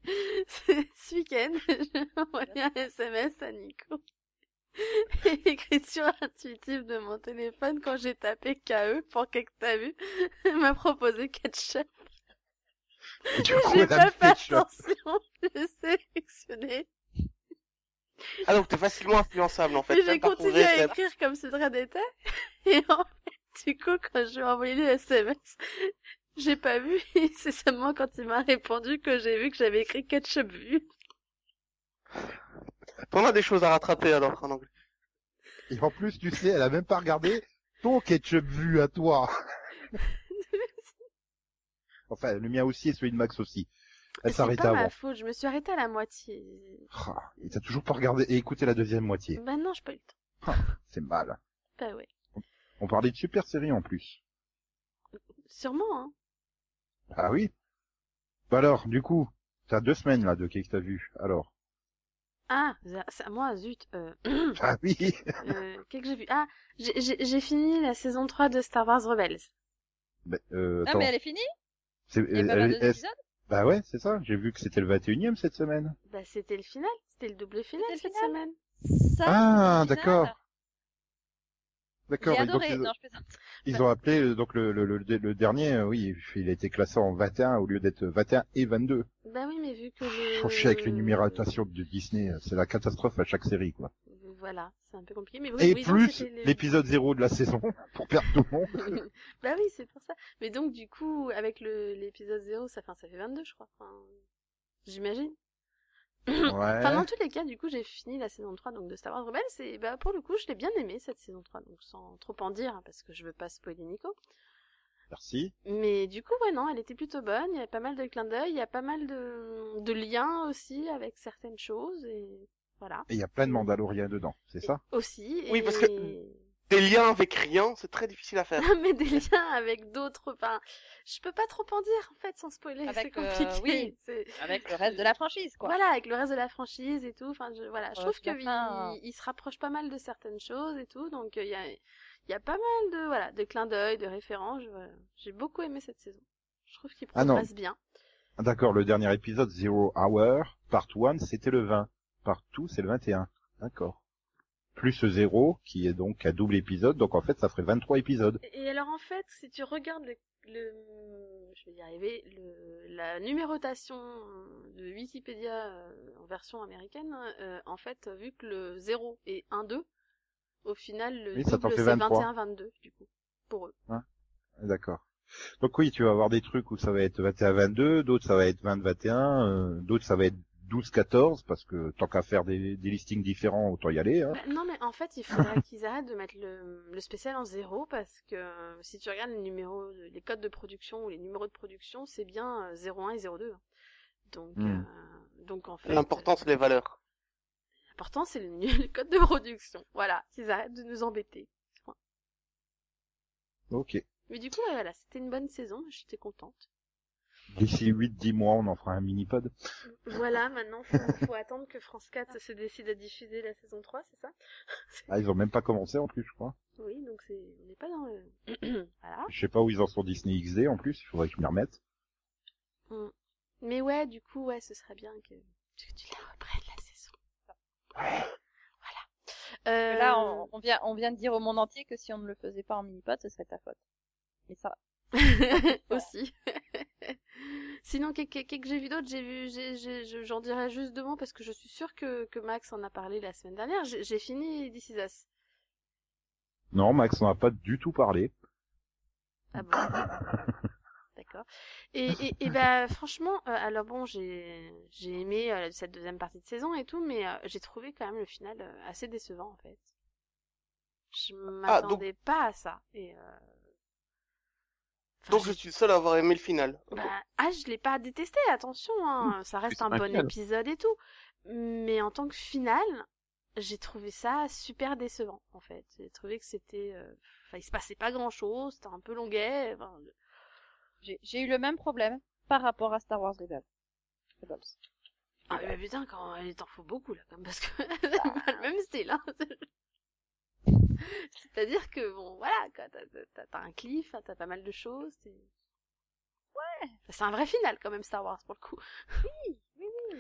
[SPEAKER 4] Non. C'est- Ce week-end, j'ai envoyé un SMS à Nico. Et l'écriture intuitive de mon téléphone, quand j'ai tapé KE pour que t'as vu, elle m'a proposé ketchup.
[SPEAKER 1] Et du coup,
[SPEAKER 4] J'ai
[SPEAKER 1] elle a
[SPEAKER 4] pas
[SPEAKER 1] mis
[SPEAKER 4] fait
[SPEAKER 1] ketchup.
[SPEAKER 4] attention, j'ai sélectionné.
[SPEAKER 3] Ah, donc t'es facilement influençable, en fait.
[SPEAKER 4] Et
[SPEAKER 3] Même
[SPEAKER 4] j'ai
[SPEAKER 3] par ton
[SPEAKER 4] continué à
[SPEAKER 3] GSM.
[SPEAKER 4] écrire comme si de rien n'était. Et en fait, du coup, quand je lui ai envoyé le SMS, j'ai pas vu. Et C'est seulement quand il m'a répondu que j'ai vu que j'avais écrit ketchup vu.
[SPEAKER 3] T'en as des choses à rattraper, alors, en anglais.
[SPEAKER 1] Et en plus, tu sais, elle a même pas regardé ton ketchup vu à toi. enfin, le mien aussi et celui de Max aussi. Elle
[SPEAKER 4] C'est
[SPEAKER 1] s'arrête
[SPEAKER 4] pas
[SPEAKER 1] Bah, avant.
[SPEAKER 4] ma faute, je me suis arrêtée à la moitié.
[SPEAKER 1] Ah, Et t'as toujours pas regardé et écouté la deuxième moitié.
[SPEAKER 4] Bah non, j'ai pas eu le temps.
[SPEAKER 1] C'est mal.
[SPEAKER 4] Bah ouais.
[SPEAKER 1] On parlait de super série en plus.
[SPEAKER 4] Sûrement, hein.
[SPEAKER 1] Ah oui. Bah alors, du coup, T'as deux semaines là de qu'est-ce que t'as vu alors
[SPEAKER 4] Ah, ça, ça- moi, zut. Euh,
[SPEAKER 1] Ah oui.
[SPEAKER 4] euh, Qu'est-ce que j'ai vu Ah, j'ai- j'ai j'ai fini la saison 3 de Star Wars Rebels.
[SPEAKER 1] Mais, euh,
[SPEAKER 5] Ah,
[SPEAKER 1] attends.
[SPEAKER 5] mais elle est finie
[SPEAKER 1] C'est-
[SPEAKER 5] Il y a pas
[SPEAKER 1] elle-
[SPEAKER 5] 22
[SPEAKER 1] est-
[SPEAKER 5] épisodes
[SPEAKER 1] Bah ouais, c'est ça. J'ai vu que c'était le 21 e cette semaine.
[SPEAKER 4] Bah, c'était le final. C'était le double final
[SPEAKER 5] C'était le
[SPEAKER 4] cette
[SPEAKER 5] final
[SPEAKER 4] semaine.
[SPEAKER 5] Ça,
[SPEAKER 1] Ah,
[SPEAKER 5] c'est original.
[SPEAKER 1] d'accord.
[SPEAKER 5] J'ai
[SPEAKER 1] D'accord. et donc,
[SPEAKER 5] adoré.
[SPEAKER 1] ils,
[SPEAKER 5] Non, je plaisante.
[SPEAKER 1] ils ont appelé euh, donc le, le, le, le dernier. euh, Oui, il a été classé en 21 au lieu d'être 21 et 22.
[SPEAKER 4] Bah oui, mais vu que
[SPEAKER 1] Pff,
[SPEAKER 4] le...
[SPEAKER 1] Je sais avec les numérotations de Disney, euh, c'est la catastrophe à chaque série quoi.
[SPEAKER 4] Voilà, c'est un peu compliqué. Mais oui,
[SPEAKER 1] et
[SPEAKER 4] oui, donc
[SPEAKER 1] plus
[SPEAKER 4] c'était le-
[SPEAKER 1] l'épisode 0 de la saison pour perdre tout le monde.
[SPEAKER 4] bah oui, c'est pour ça. Mais donc, du coup, avec le l'épisode 0, ça, enfin, ça fait 22, je crois. Enfin, J'imagine.
[SPEAKER 1] Ouais.
[SPEAKER 4] Enfin, dans tous les cas, du coup, j'ai fini la saison 3 donc, de Star Wars Rebels. Et bah, pour le coup, je l'ai bien aimé, cette saison 3. Donc, sans trop en dire, hein, parce que je veux pas spoiler Nico.
[SPEAKER 1] Merci.
[SPEAKER 4] Mais du coup, ouais, non, elle était plutôt bonne. Il y avait pas mal de clins d'œil. Il y a pas mal de, de liens aussi avec certaines choses. Et voilà.
[SPEAKER 1] Et il y a plein de Mandaloriens dedans, c'est ça
[SPEAKER 4] Aussi.
[SPEAKER 3] Oui,
[SPEAKER 4] et-
[SPEAKER 3] parce que- Des liens avec rien, c'est très difficile à faire.
[SPEAKER 4] mais des liens avec d'autres. Enfin, je peux pas trop en dire en fait sans spoiler.
[SPEAKER 5] Avec,
[SPEAKER 4] C'est compliqué.
[SPEAKER 5] euh, oui.
[SPEAKER 4] C'est-
[SPEAKER 5] Avec le reste de la franchise, quoi.
[SPEAKER 4] Voilà, avec le reste de la franchise et tout. Enfin, je, voilà, je
[SPEAKER 5] Ouais,
[SPEAKER 4] trouve
[SPEAKER 5] puis
[SPEAKER 4] que
[SPEAKER 5] enfin,
[SPEAKER 4] il, il se rapproche pas mal de certaines choses et tout. Donc euh, il y a, il y a pas mal de voilà, de clins d'œil, de références. Je- voilà. J'ai beaucoup aimé cette saison. Je trouve qu'il
[SPEAKER 1] Ah non.
[SPEAKER 4] progresse bien.
[SPEAKER 1] Ah, D'accord, le dernier épisode, Zero Hour, Part 1, c'était le 20. Part 2, c'est le 21. D'accord. Plus 0, qui est donc à double épisode, donc en fait, ça ferait 23 épisodes.
[SPEAKER 4] Et alors en fait, si tu regardes le, le- je vais y arriver, le, la numérotation de Wikipédia euh, en version américaine, euh, en fait, vu que le 0 est 1, 2, au final, le
[SPEAKER 1] Oui, ça t'en
[SPEAKER 4] double
[SPEAKER 1] fait
[SPEAKER 4] c'est
[SPEAKER 1] 23.
[SPEAKER 4] 21, 22, du coup, pour eux.
[SPEAKER 1] Ah, D'accord. Donc oui, tu vas avoir des trucs où ça va être 21-22, d'autres ça va être 20-21, euh, d'autres ça va être 12-14, parce que tant qu'à faire des, des listings différents, autant y aller. Hein.
[SPEAKER 4] Bah, non, mais en fait, il faudrait qu'ils arrêtent de mettre le, le spécial en 0, parce que euh, si tu regardes les numéros, de- les codes de production ou les numéros de production, c'est bien euh, 01 et 02. hein. Donc,
[SPEAKER 1] Hmm.
[SPEAKER 4] euh, donc en fait...
[SPEAKER 3] L'important, c'est les valeurs.
[SPEAKER 4] L'important, c'est le, le code de production. Voilà, qu'ils arrêtent de nous embêter.
[SPEAKER 1] Ok.
[SPEAKER 4] Mais du coup, ouais, voilà, c'était une bonne saison, j'étais contente.
[SPEAKER 1] D'ici 8-10 mois, on en fera un mini-pod.
[SPEAKER 4] Voilà, maintenant, faut, faut attendre que France 4 se décide à diffuser la saison 3, c'est ça
[SPEAKER 1] Ah, ils ont même pas commencé en plus, je crois.
[SPEAKER 4] Oui, donc c'est, on n'est pas dans le... voilà.
[SPEAKER 1] Je sais pas où ils en sont Disney XD en plus, il faudrait qu'ils me remettent.
[SPEAKER 4] Mais ouais, du coup, ouais, ce serait bien que, que tu la reprennes, la saison. Voilà. Euh,
[SPEAKER 5] Là, on, on vient, on vient de dire au monde entier que si on ne le faisait pas en mini-pod, ce serait ta faute. Mais ça,
[SPEAKER 4] Euh, aussi. Sinon, qu'est- qu'est- qu'est-ce que j'ai vu d'autre J'ai vu, j'ai- j'ai- je- j'en dirai juste deux mots parce que je suis sûre que, que Max en a parlé la semaine dernière. J'ai j'ai fini This Is Us.
[SPEAKER 1] Non, Max, on n'a pas du tout parlé.
[SPEAKER 4] Ah bon D'accord. Et, et, et bah, franchement, euh, alors bon, j'ai j'ai aimé euh, cette deuxième partie de saison et tout, mais euh, j'ai trouvé quand même le final euh, assez décevant en fait. Je
[SPEAKER 3] Ah,
[SPEAKER 4] m'attendais
[SPEAKER 3] donc-
[SPEAKER 4] pas à ça. Et, euh, enfin,
[SPEAKER 3] Donc,
[SPEAKER 4] je-
[SPEAKER 3] je suis le seul à avoir aimé le final. Ok.
[SPEAKER 4] Bah, ah, je l'ai pas détesté, attention, hein, ça reste
[SPEAKER 2] c'est
[SPEAKER 4] un
[SPEAKER 2] pas
[SPEAKER 4] bon
[SPEAKER 2] final.
[SPEAKER 4] épisode et tout. Mais en tant que final, j'ai trouvé ça super décevant, en fait. J'ai trouvé que c'était, euh, enfin, il se passait pas grand chose, c'était un peu longuet, enfin,
[SPEAKER 5] j'ai j'ai eu le même problème par rapport à Star Wars Rebels. Rebels.
[SPEAKER 4] Ah mais putain, quand il t'en faut beaucoup là, comme parce que
[SPEAKER 3] Bah,
[SPEAKER 4] c'est pas le même style. Hein. C'est-à-dire que bon, voilà, quoi, t'as- t'as- t'as t'as un cliff, hein, t'as pas mal de choses. t'es- c'est un vrai final quand même Star Wars pour le coup.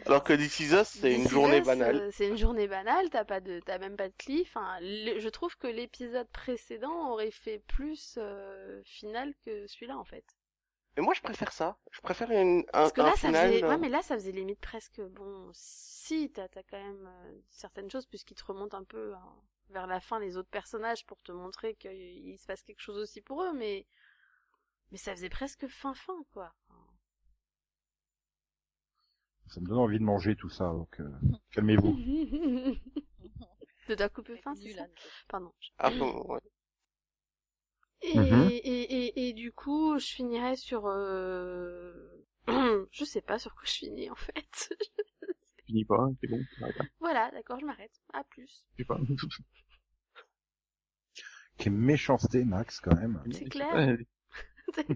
[SPEAKER 3] Alors que This Is Us, c'est
[SPEAKER 4] This
[SPEAKER 3] une
[SPEAKER 4] Is
[SPEAKER 3] journée
[SPEAKER 4] Us,
[SPEAKER 3] banale.
[SPEAKER 4] euh, C'est une journée banale, t'as pas de, t'as même pas de cliff. Enfin, le- je trouve que l'épisode précédent aurait fait plus euh, final que celui-là en fait.
[SPEAKER 3] Mais moi, je préfère ça. Je préfère une, un,
[SPEAKER 4] Parce que
[SPEAKER 3] un
[SPEAKER 4] là, ça
[SPEAKER 3] final.
[SPEAKER 4] faisait,
[SPEAKER 3] euh,
[SPEAKER 4] ouais, mais là, ça faisait limite presque, bon, si, t'as, t'as quand même euh, certaines choses, puisqu'ils te remontent un peu hein, vers la fin les autres personnages pour te montrer qu'il se passe quelque chose aussi pour eux, mais, mais ça faisait presque fin-fin, quoi.
[SPEAKER 1] Ça me donne envie de manger tout ça, donc euh, calmez-vous.
[SPEAKER 4] De ta coupe fin, c'est
[SPEAKER 5] Nul,
[SPEAKER 4] ça
[SPEAKER 5] hein, je-
[SPEAKER 4] Pardon.
[SPEAKER 3] un peu, ouais.
[SPEAKER 4] Et,
[SPEAKER 1] Mhm.
[SPEAKER 4] et, et, et du coup, je finirais sur, euh... je sais pas sur quoi je finis, en fait.
[SPEAKER 2] Finis pas, hein, c'est bon, arrête,
[SPEAKER 4] voilà, d'accord, je m'arrête. À plus.
[SPEAKER 2] je sais pas.
[SPEAKER 1] Quelle méchanceté, Max, quand même.
[SPEAKER 4] C'est clair.
[SPEAKER 2] Ouais,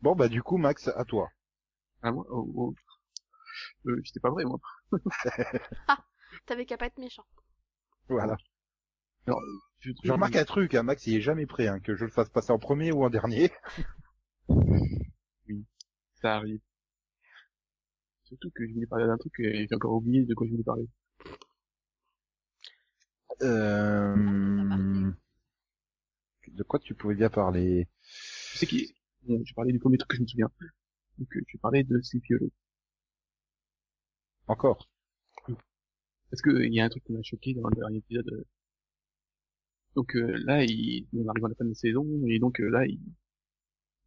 [SPEAKER 1] Bon, bah du coup, Max, à toi.
[SPEAKER 2] Ah, moi, oh, oh. Euh, c'était pas vrai, moi.
[SPEAKER 4] T'avais qu'à pas être méchant.
[SPEAKER 1] Voilà.
[SPEAKER 2] Je trouve-
[SPEAKER 1] Je remarque un truc, hein, Max, il est jamais prêt, hein, que je le fasse passer en premier ou en dernier.
[SPEAKER 2] Ça arrive. Surtout que je voulais parler d'un truc et j'ai encore oublié de quoi je voulais parler.
[SPEAKER 1] Euh...
[SPEAKER 5] marqué.
[SPEAKER 1] De quoi tu pouvais bien parler
[SPEAKER 2] Je sais qu'il... Bon, j'ai parlé du premier truc que je me souviens. Donc, euh, je parlais de Sleepy Hollow.
[SPEAKER 1] Encore
[SPEAKER 2] Parce que il y a un truc qui m'a choqué dans le dernier épisode. euh. Donc euh, là, il, on arrive à la fin de la saison, et donc euh, là, il,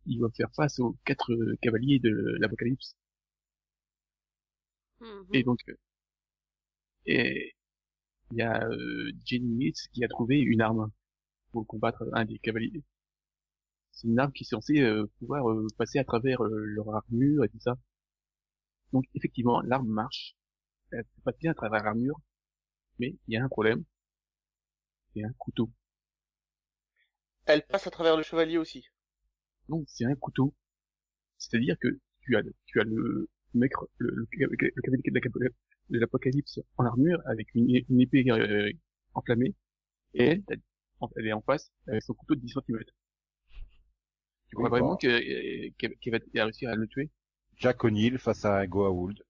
[SPEAKER 2] il doit faire face aux quatre euh, cavaliers de l'Apocalypse.
[SPEAKER 4] Mhm.
[SPEAKER 2] Et donc, euh, et il y a euh, Jenny Mitz qui a trouvé une arme pour combattre un des cavaliers. C'est une arme qui est censée euh, pouvoir euh, passer à travers euh, leur armure et tout ça. Donc effectivement, l'arme marche, elle passe bien à travers l'armure, mais il y a un problème. C'est un couteau.
[SPEAKER 3] Elle passe à travers le chevalier aussi.
[SPEAKER 2] Non, c'est un couteau. C'est-à-dire que tu as, le- tu as le mec, le, le, le cavalier de l'Apocalypse- de l'Apocalypse en armure avec une, une épée euh, enflammée, et elle, t'as- en- elle est en face avec son couteau de 10 cm. Tu crois
[SPEAKER 1] Oui,
[SPEAKER 2] vraiment
[SPEAKER 1] bah.
[SPEAKER 2] que- euh, qu'elle qu'elle va t- réussir à le tuer
[SPEAKER 1] Jack O'Neill face à Goa'uld.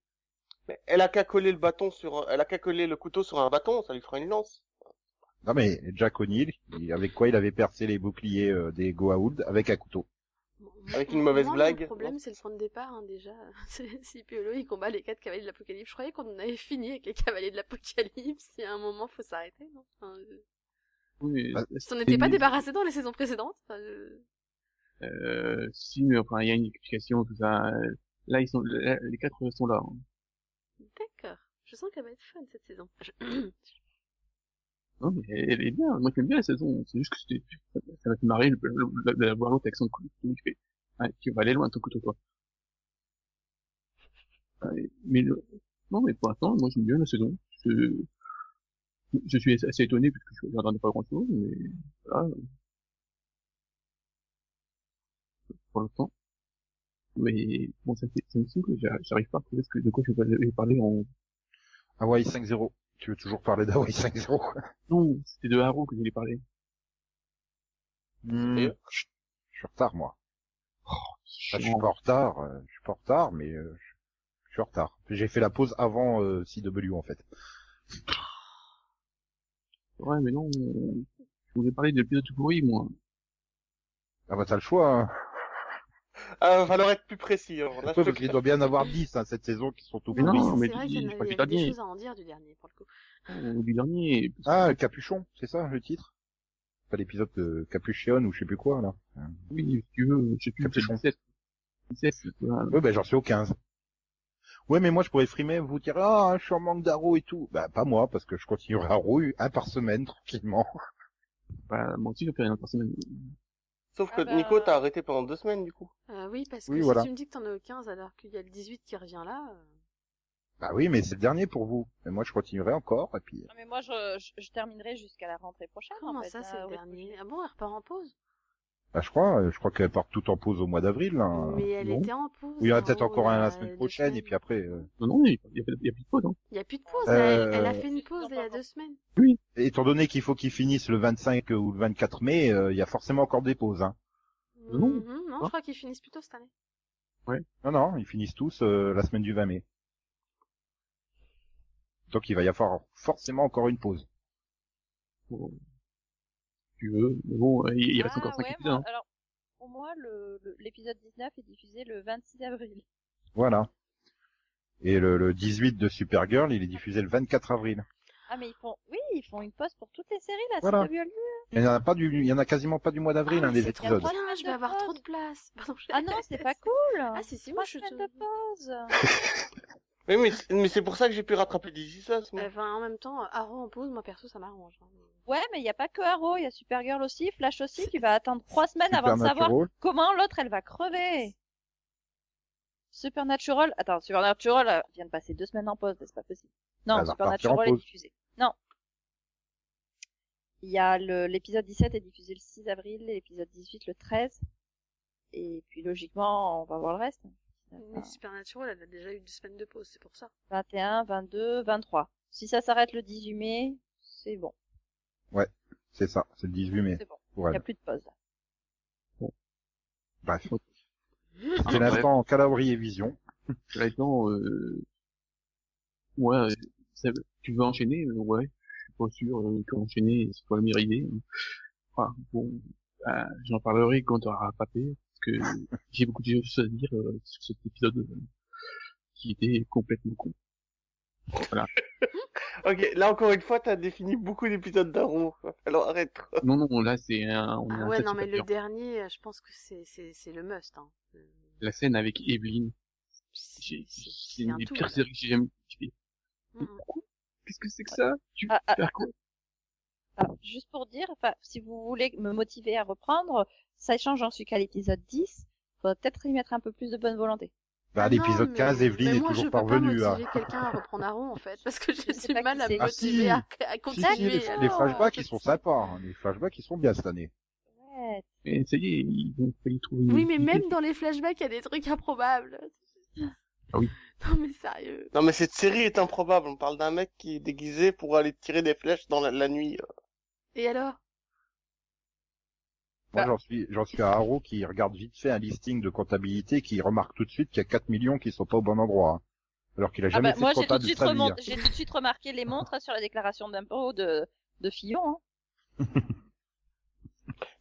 [SPEAKER 3] Mais elle a qu'à coller le bâton sur, elle a qu'à coller le couteau sur un bâton, ça lui fera une lance.
[SPEAKER 1] Non mais Jack O'Neill, il- avec quoi il avait percé les boucliers euh, des Goa'uld avec un couteau.
[SPEAKER 4] Bon,
[SPEAKER 3] Avec
[SPEAKER 4] moi-
[SPEAKER 3] une mauvaise
[SPEAKER 4] moi,
[SPEAKER 3] blague,
[SPEAKER 4] Le problème, c'est le point de départ, hein, déjà. C'est si Piolo, il combat les quatre cavaliers de l'apocalypse. Je croyais qu'on en avait fini avec les cavaliers de l'apocalypse. Il y a un moment, faut s'arrêter, non Enfin, je-
[SPEAKER 2] Oui, mais,
[SPEAKER 1] Bah,
[SPEAKER 4] S'en était pas débarrassé dans les saisons précédentes. Enfin, je-
[SPEAKER 2] euh, Si, mais enfin, il y a une explication, tout ça. Euh, Là, ils sont, là, les quatre sont là. hein.
[SPEAKER 4] D'accord. Je sens qu'elle va être fun cette saison. Je-
[SPEAKER 2] Non, mais elle, elle est bien. Moi, j'aime bien la saison. C'est juste que c'était, ça, ça m'a fait marrer le- le- le- de la voir l'autre avec son couteau. Tu fais, ah, tu vas aller loin, ton couteau, toi. Ah, et- Mais le- non, mais pour l'instant, moi, j'aime bien la saison. Je, je suis assez- assez étonné parce que je n'entendais pas grand chose, mais voilà. Pour l'instant. Mais bon, ça fait, ça me semble que j'a- j'arrive pas à trouver ce que, de quoi je vais parler en,
[SPEAKER 1] Hawaii 5-0. Tu veux toujours parler d'Hawaii 5-0
[SPEAKER 2] non, c'était de Haro que je voulais parler.
[SPEAKER 1] Hmm,
[SPEAKER 3] D'ailleurs.
[SPEAKER 1] Je je suis en retard moi. Ah, je suis
[SPEAKER 2] Chiant.
[SPEAKER 1] pas en retard, euh, je suis pas en retard, mais euh, je je suis en retard. J'ai fait la pause avant euh, CW en fait.
[SPEAKER 2] Ouais, mais non, euh, je voulais parler de l'épisode tout pourri, moi.
[SPEAKER 1] Ah bah t'as le choix. Hein.
[SPEAKER 3] Ah, va falloir être plus précis. hein. Là, je
[SPEAKER 1] Ouais,
[SPEAKER 3] te
[SPEAKER 1] parce qu'il doit bien en avoir 10 hein, cette saison qui sont tout
[SPEAKER 2] Mais non,
[SPEAKER 1] pourris.
[SPEAKER 4] c'est
[SPEAKER 2] mais
[SPEAKER 4] vrai
[SPEAKER 2] tu-
[SPEAKER 4] qu'il y en
[SPEAKER 2] je
[SPEAKER 4] avait-
[SPEAKER 2] crois que
[SPEAKER 4] il y
[SPEAKER 2] tu
[SPEAKER 4] avait
[SPEAKER 2] t'as
[SPEAKER 4] des
[SPEAKER 2] dit.
[SPEAKER 4] choses à en dire du dernier, pour le coup.
[SPEAKER 2] Euh, Du dernier,
[SPEAKER 1] Ah, le Capuchon, c'est ça le titre Pas l'épisode de Capuchion ou je sais plus quoi là.
[SPEAKER 2] oui, si tu veux, je sais plus, c'est
[SPEAKER 1] Capuchon.
[SPEAKER 2] 17. 17, voilà.
[SPEAKER 1] Ouais, ben j'en suis au 15. Ouais, mais moi je pourrais frimer, vous dire ah, je suis en manque d'arrow et tout. Bah pas moi parce que je continuerai à rouer un par semaine tranquillement.
[SPEAKER 2] Bah, moi aussi, je fais rien par semaine.
[SPEAKER 3] Sauf que
[SPEAKER 5] Ah bah-
[SPEAKER 3] Nico, t'as arrêté pendant deux semaines, du coup.
[SPEAKER 4] Euh, oui, parce que
[SPEAKER 1] Oui,
[SPEAKER 4] si
[SPEAKER 1] voilà.
[SPEAKER 4] tu me dis que t'en as au 15 alors qu'il y a le 18 qui revient là, euh,
[SPEAKER 1] Bah oui, mais c'est le dernier pour vous. Mais moi je continuerai encore et puis
[SPEAKER 5] Non, mais moi, je, je, je terminerai jusqu'à la rentrée prochaine.
[SPEAKER 4] comment
[SPEAKER 5] en fait,
[SPEAKER 4] ça
[SPEAKER 5] hein,
[SPEAKER 4] c'est le
[SPEAKER 5] au rythme
[SPEAKER 4] dernier Ah bon, elle repart en pause
[SPEAKER 1] bah je crois, euh, je crois qu'elle part tout en pause au mois d'avril. hein. Là.
[SPEAKER 4] Mais elle
[SPEAKER 1] Euh, non
[SPEAKER 4] était en pause.
[SPEAKER 1] Oui, il y en a
[SPEAKER 4] en
[SPEAKER 1] peut-être
[SPEAKER 4] haut,
[SPEAKER 1] encore
[SPEAKER 4] il
[SPEAKER 1] un
[SPEAKER 4] y a
[SPEAKER 1] la semaine
[SPEAKER 4] deux
[SPEAKER 1] prochaine et
[SPEAKER 4] semaines.
[SPEAKER 1] puis après. euh,
[SPEAKER 2] Non, non, il n'y a, pas- il y a plus de pause, hein.
[SPEAKER 4] Il y a plus de pause,
[SPEAKER 1] Euh,
[SPEAKER 4] là, elle, elle a fait une
[SPEAKER 5] juste
[SPEAKER 4] pause
[SPEAKER 5] dans
[SPEAKER 4] il y a
[SPEAKER 5] un
[SPEAKER 4] deux
[SPEAKER 5] temps.
[SPEAKER 4] semaines.
[SPEAKER 1] Étant donné qu'il faut qu'ils finissent le 25 ou le 24 mai, euh, il y a forcément encore des pauses. Hein.
[SPEAKER 2] Non.
[SPEAKER 4] Mhm, non, je
[SPEAKER 2] Hein
[SPEAKER 4] crois qu'ils finissent plutôt cette année.
[SPEAKER 1] Non, non, ils finissent tous euh, la semaine du 20 mai. Donc il va y avoir forcément encore une pause.
[SPEAKER 2] Bon. Si Tu veux, mais bon, euh, il, il reste
[SPEAKER 5] Ah,
[SPEAKER 2] encore 5
[SPEAKER 5] ouais,
[SPEAKER 2] épisodes,
[SPEAKER 5] moi-
[SPEAKER 2] hein.
[SPEAKER 5] Alors, pour moi, le- le- l'épisode 19 est diffusé le 26 avril.
[SPEAKER 1] Voilà. Et le, le 18 de Supergirl, il est diffusé le 24 avril.
[SPEAKER 5] Ah, mais ils font, oui, ils font une pause pour toutes les séries, là,
[SPEAKER 1] Voilà.
[SPEAKER 5] CW.
[SPEAKER 1] Il y en a pas du, il y en a quasiment pas du mois d'avril,
[SPEAKER 4] Ah,
[SPEAKER 1] hein,
[SPEAKER 4] mais
[SPEAKER 1] les
[SPEAKER 4] c'est trop
[SPEAKER 1] épisodes.
[SPEAKER 5] trois
[SPEAKER 4] bien,
[SPEAKER 5] semaines
[SPEAKER 4] je
[SPEAKER 5] de
[SPEAKER 4] vais avoir trop
[SPEAKER 5] pause.
[SPEAKER 4] de place. Pardon, je-
[SPEAKER 5] Ah non, c'est pas cool.
[SPEAKER 4] Ah si, si, moi
[SPEAKER 5] Trois
[SPEAKER 4] je suis...
[SPEAKER 5] semaines de pause.
[SPEAKER 3] Oui, mais, c'est- mais c'est pour ça que j'ai pu rattraper des Us, moi.
[SPEAKER 4] Enfin, en même temps, Arrow en pause, moi perso, ça m'arrange. hein.
[SPEAKER 5] Ouais, mais il y a pas que Arrow, il y a Supergirl aussi, Flash aussi. Tu vas attendre trois semaines avant de savoir
[SPEAKER 1] Supernatural.
[SPEAKER 5] comment l'autre elle va crever. Supernatural, attends, Supernatural euh, vient de passer deux semaines en pause, c'est pas possible. Non,
[SPEAKER 1] Elle va repartir en
[SPEAKER 5] Supernatural est
[SPEAKER 1] pause.
[SPEAKER 5] diffusé. Non. Il y a le- l'épisode 17 est diffusé le 6 avril, et l'épisode 18 le 13. Et puis logiquement, on va voir le reste.
[SPEAKER 4] Mais Supernatural, elle a déjà eu deux semaines de pause, c'est pour ça.
[SPEAKER 5] 21, 22, 23. Si ça s'arrête le 18 mai, c'est bon.
[SPEAKER 1] C'est ça, c'est le 18 mai
[SPEAKER 5] C'est bon. Il
[SPEAKER 1] pour
[SPEAKER 5] n'y a
[SPEAKER 1] elle.
[SPEAKER 5] plus de pause. là.
[SPEAKER 1] Bref,
[SPEAKER 2] Ah,
[SPEAKER 1] c'est
[SPEAKER 2] bref.
[SPEAKER 1] l'instant Calabri et Vision.
[SPEAKER 2] Là-dedans, euh... ouais, euh, ça- tu veux enchaîner euh, Ouais, je suis pas sûr euh, qu'enchaîner, c'est pas la meilleure idée. Enfin, bon, euh, j'en parlerai quand on aura papé, parce que j'ai beaucoup de choses à dire euh, sur cet épisode euh, qui était complètement con.
[SPEAKER 4] Euh.
[SPEAKER 3] Ok, là encore une fois, t'as défini beaucoup d'épisodes d'un rond. Alors arrête.
[SPEAKER 2] Non, non, là, c'est un... on est
[SPEAKER 4] Ah
[SPEAKER 2] un
[SPEAKER 4] ouais,
[SPEAKER 2] set
[SPEAKER 4] non, mais le
[SPEAKER 2] supérieur.
[SPEAKER 4] dernier, euh, je pense que c'est, c'est, c'est le must, hein. Euh,
[SPEAKER 2] La scène avec Evelyn,
[SPEAKER 4] C'est,
[SPEAKER 2] j'ai-
[SPEAKER 4] c'est-
[SPEAKER 2] c'est
[SPEAKER 4] c'est
[SPEAKER 2] une
[SPEAKER 4] un
[SPEAKER 2] des
[SPEAKER 4] tout, hein.
[SPEAKER 2] pires
[SPEAKER 4] là.
[SPEAKER 2] séries que j'ai jamais... j'ai fait,
[SPEAKER 4] Mm, mm.
[SPEAKER 2] Qu'est-ce que c'est que ça Tu
[SPEAKER 5] Ah, ah,
[SPEAKER 2] perds quoi
[SPEAKER 5] Alors, Bah, juste pour dire, enfin, si vous voulez me motiver à reprendre, sachant que j'en suis qu'à l'épisode 10, faudrait peut-être y mettre un peu plus de bonne volonté.
[SPEAKER 1] Bah,
[SPEAKER 4] Ah
[SPEAKER 1] l'épisode
[SPEAKER 4] non, mais-
[SPEAKER 1] 15, Evelyne
[SPEAKER 4] mais
[SPEAKER 1] est
[SPEAKER 4] moi,
[SPEAKER 1] toujours
[SPEAKER 4] je peux pas
[SPEAKER 1] parvenue. hein.
[SPEAKER 4] motiver quelqu'un à reprendre Aaron, en fait, parce que j'ai
[SPEAKER 5] Je sais
[SPEAKER 4] du
[SPEAKER 5] pas
[SPEAKER 4] mal
[SPEAKER 5] qui
[SPEAKER 4] à me
[SPEAKER 5] c'est.
[SPEAKER 1] Ah, si.
[SPEAKER 4] motiver à, à
[SPEAKER 1] Si,
[SPEAKER 4] continuer.
[SPEAKER 1] si, les,
[SPEAKER 5] continuer,
[SPEAKER 1] les
[SPEAKER 4] alors. euh,
[SPEAKER 1] flashbacks,
[SPEAKER 5] euh,
[SPEAKER 1] ils sont sympas. hein. Les flashbacks, ils sont bien cette année.
[SPEAKER 5] Ouais.
[SPEAKER 2] Mais ça y est, ils ont failli trouver une
[SPEAKER 4] Oui, mais
[SPEAKER 2] idée.
[SPEAKER 4] même dans les flashbacks, il y a des trucs improbables.
[SPEAKER 2] Ah oui.
[SPEAKER 4] Non, mais sérieux.
[SPEAKER 3] Non mais cette série est improbable. On parle d'un mec qui est déguisé pour aller tirer des flèches dans la, la nuit.
[SPEAKER 4] Et alors
[SPEAKER 1] Moi,
[SPEAKER 5] Bah.
[SPEAKER 1] j'en suis, j'en suis à Haro qui regarde vite fait un listing de comptabilité qui remarque tout de suite qu'il y a 4 millions qui sont pas au bon endroit. hein. Alors qu'il a
[SPEAKER 5] Ah
[SPEAKER 1] jamais
[SPEAKER 5] bah,
[SPEAKER 1] fait
[SPEAKER 5] moi,
[SPEAKER 1] de
[SPEAKER 5] j'ai tout,
[SPEAKER 1] comptable
[SPEAKER 5] de
[SPEAKER 1] de
[SPEAKER 5] suite
[SPEAKER 1] sa vie.
[SPEAKER 5] remon-
[SPEAKER 1] hein.
[SPEAKER 5] j'ai tout de suite remarqué les montres hein, sur la déclaration d'impôt de, de Fillon. hein.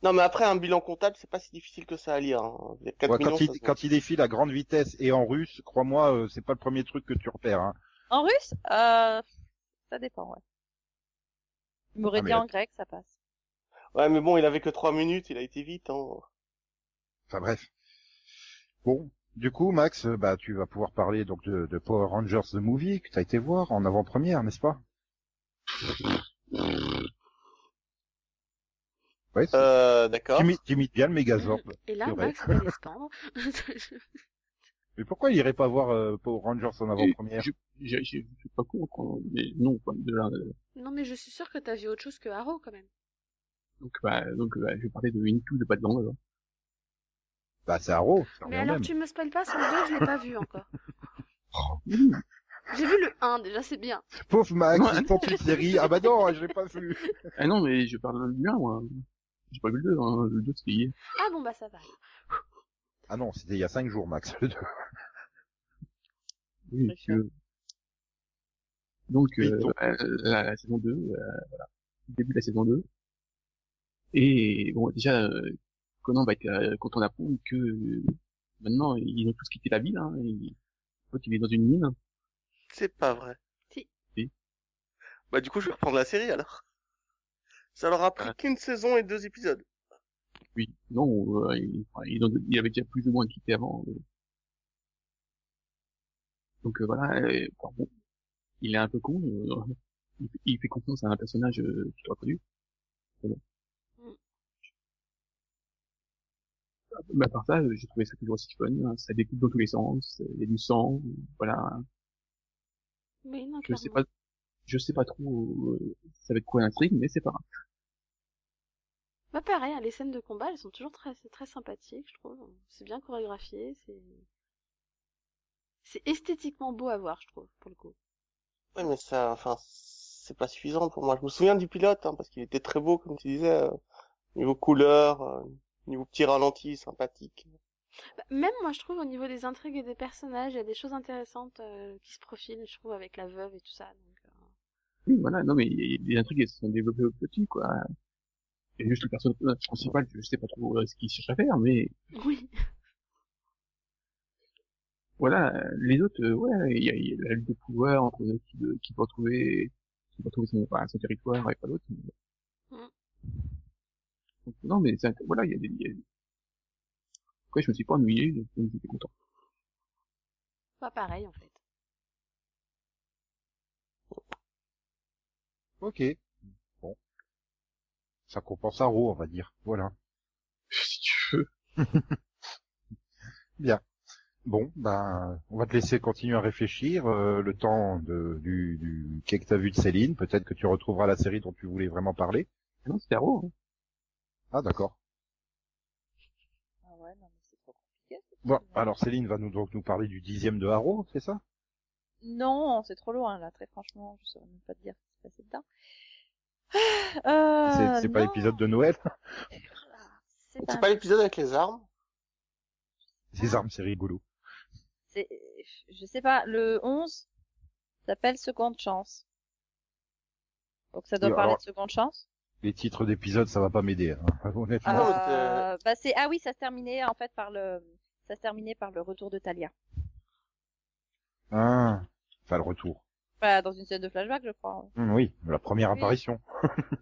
[SPEAKER 3] Non mais après un bilan comptable, c'est pas si difficile que ça à lire. Hein. Les quatre
[SPEAKER 1] Ouais,
[SPEAKER 3] millions,
[SPEAKER 1] quand,
[SPEAKER 3] ça
[SPEAKER 1] il,
[SPEAKER 3] se-
[SPEAKER 1] quand il défile à grande vitesse et en russe, crois-moi, euh, c'est pas le premier truc que tu repères. Hein.
[SPEAKER 5] En russe euh, Ça dépend, ouais. Il m'aurait
[SPEAKER 1] Ah, mais
[SPEAKER 5] dit
[SPEAKER 1] là-
[SPEAKER 5] en grec, ça passe.
[SPEAKER 3] Ouais mais bon, il avait que trois minutes, il a été vite. Hein.
[SPEAKER 1] Enfin bref. Bon, du coup, Max, euh, bah tu vas pouvoir parler donc de, de Power Rangers the Movie que t'as été voir en avant-première, n'est-ce pas Ouais, c'est-
[SPEAKER 3] Euh, d'accord.
[SPEAKER 1] t'imites- t'imites bien le Megazord.
[SPEAKER 4] Et là,
[SPEAKER 1] C'est vrai.
[SPEAKER 4] Max va les pendre.
[SPEAKER 1] Mais pourquoi il irait pas voir euh, Power Rangers en avant-première
[SPEAKER 2] Je, je, je, je suis pas con, quoi, mais non, quoi, de euh, la,
[SPEAKER 4] non, mais je suis sûre que t'as vu autre chose que Haro, quand même.
[SPEAKER 2] donc, bah, donc, bah, je parlais de Into de Bad Gang, alors.
[SPEAKER 1] Bah c'est Arrow, ça
[SPEAKER 4] Mais
[SPEAKER 1] revient
[SPEAKER 4] alors,
[SPEAKER 1] même.
[SPEAKER 4] tu me spoil pas, sur le 2, je l'ai pas vu encore.
[SPEAKER 2] Mmh.
[SPEAKER 4] J'ai vu le 1, déjà, c'est bien.
[SPEAKER 1] Pauvre Max,
[SPEAKER 2] Ouais.
[SPEAKER 1] il tente une série. Ah bah non, je l'ai pas vu.
[SPEAKER 2] Ah non, mais je parle du 1, moi. J'ai pas vu le 2, hein. le 2 c'était hier.
[SPEAKER 4] Ah bon, bah ça va.
[SPEAKER 1] Ah non, c'était il y a cinq jours, Max. le deux.
[SPEAKER 2] Oui,
[SPEAKER 5] Très
[SPEAKER 2] si tu veux. Donc,
[SPEAKER 1] Oui,
[SPEAKER 2] euh,
[SPEAKER 1] donc.
[SPEAKER 2] bah, la, la saison 2, euh, voilà. début de la saison 2. Et bon, déjà, euh, Conan va être euh, content d'apprendre que euh, maintenant, ils ont tous quitté la ville, hein, et, en fait, il est dans une mine.
[SPEAKER 3] C'est pas vrai.
[SPEAKER 4] Si.
[SPEAKER 2] Si.
[SPEAKER 3] Bah du coup, je vais reprendre la série alors. Ça leur a pris
[SPEAKER 2] Ah.
[SPEAKER 3] qu'une saison et deux épisodes.
[SPEAKER 2] Oui, non, euh, il, enfin, il en- il avait déjà plus ou moins quitté avant. euh. Donc euh, voilà, euh, bon, bon, il est un peu con, euh, il, il fait confiance à un personnage euh, qu'il aurait connu. Mais bon.
[SPEAKER 4] Mm.
[SPEAKER 2] Mais à part ça, euh, j'ai trouvé ça toujours aussi fun, hein, ça découpe dans tous les sens, euh, il y a du sang, voilà,
[SPEAKER 4] Mais non,
[SPEAKER 2] je sais
[SPEAKER 4] clairement.
[SPEAKER 2] pas, je sais pas trop euh, ça va être quoi l'intrigue, mais c'est pas grave.
[SPEAKER 4] Bah pareil, hein, les scènes de combat, elles sont toujours très, c'est très sympathiques, je trouve. C'est bien chorégraphié, c'est... C'est esthétiquement beau à voir, je trouve, pour le coup.
[SPEAKER 3] Ouais, mais ça, enfin, c'est pas suffisant pour moi. Je me souviens du pilote, hein, parce qu'il était très beau, comme tu disais, euh, niveau couleur, euh, niveau petit ralenti, sympathique.
[SPEAKER 4] Bah, même moi, je trouve, au niveau des intrigues et des personnages, il y a des choses intéressantes euh, qui se profilent, je trouve, avec la veuve et tout ça. Donc, euh,
[SPEAKER 2] Oui, voilà, non, mais il y a- il y a des trucs qui se sont développés au petit, quoi. Et juste le personnage principal, je sais pas trop euh, ce qu'il cherche à faire, mais
[SPEAKER 4] Oui.
[SPEAKER 2] voilà, euh, les autres, euh, ouais, il y a, il y a la lutte de pouvoir entre eux qui, de- qui peut retrouver, qui peut retrouver son, enfin, son territoire et pas l'autre. mais- Donc, non, mais c'est un- voilà, il y a des, il y a- Après, je me suis pas ennuyé, donc j'étais content.
[SPEAKER 4] Pas pareil, en fait.
[SPEAKER 1] Ok. Bon. Ça compense Arrow, on va dire. Voilà.
[SPEAKER 2] Si tu veux.
[SPEAKER 1] Bon, ben, on va te laisser continuer à réfléchir. euh, le temps de, du, du quai que t'as vu de Céline, peut-être que tu retrouveras la série dont tu voulais vraiment parler.
[SPEAKER 2] Non, c'était Arrow, hein.
[SPEAKER 1] Ah d'accord.
[SPEAKER 5] Ah ouais, non, mais c'est trop compliqué. ce
[SPEAKER 1] Bon, alors Céline va nous donc nous parler du dixième de Haro, c'est ça
[SPEAKER 5] Non, c'est trop loin, là, très franchement, je saurais même pas te dire ce qui s'est passé dedans.
[SPEAKER 1] C'est-
[SPEAKER 5] Ah, euh,
[SPEAKER 1] C'est pas
[SPEAKER 5] non,
[SPEAKER 1] l'épisode de Noël
[SPEAKER 5] C'est
[SPEAKER 3] C'est
[SPEAKER 5] un-
[SPEAKER 3] pas l'épisode avec les armes
[SPEAKER 1] Les armes, c'est rigolo.
[SPEAKER 5] c'est- Je sais pas, le 11 s'appelle Seconde Chance. Donc ça doit
[SPEAKER 1] Oui,
[SPEAKER 5] parler
[SPEAKER 1] alors-
[SPEAKER 5] de Seconde Chance.
[SPEAKER 1] Les titres d'épisodes, ça va pas m'aider, hein, honnêtement.
[SPEAKER 3] non, mais
[SPEAKER 5] Euh, bah c'est ah oui, ça se terminait en fait par le ça se terminait par le retour de Talia.
[SPEAKER 1] Ah. Enfin, le retour.
[SPEAKER 5] Enfin, dans une scène de flashback, je crois.
[SPEAKER 1] Hum, oui, la première
[SPEAKER 5] Oui.
[SPEAKER 1] apparition.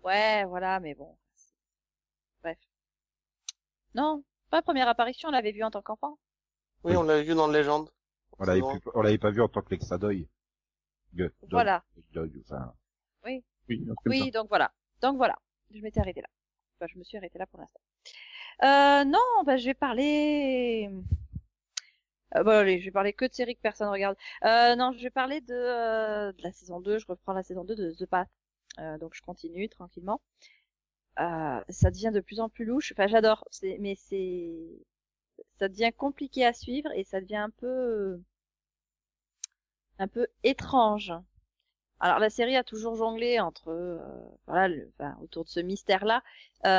[SPEAKER 5] Ouais, voilà, mais bon. Bref. Non, pas première apparition, on l'avait vu en tant qu'enfant.
[SPEAKER 3] Oui, on l'a vu dans Légende.
[SPEAKER 1] On l'avait
[SPEAKER 3] Forcément.
[SPEAKER 1] plus- on l'avait pas vu en tant que Lexadoy. Gue- Doy-
[SPEAKER 5] Voilà.
[SPEAKER 1] Doy, enfin,
[SPEAKER 2] Oui, un truc comme
[SPEAKER 5] Oui, donc voilà. Donc voilà. Je m'étais arrêtée là. Enfin, je me suis arrêtée là pour l'instant. Euh, non, bah, je vais parler. Euh, bon, allez, je vais parler que de séries que personne regarde. Euh, non, je vais parler de, euh, de la saison 2. Je reprends la saison 2 de The Path. Euh, donc je continue tranquillement. Euh, ça devient de plus en plus louche. Enfin, j'adore. C'est, mais c'est, ça devient compliqué à suivre et ça devient un peu, euh, un peu étrange. Alors la série a toujours jonglé entre euh, voilà le- enfin, autour de ce mystère là,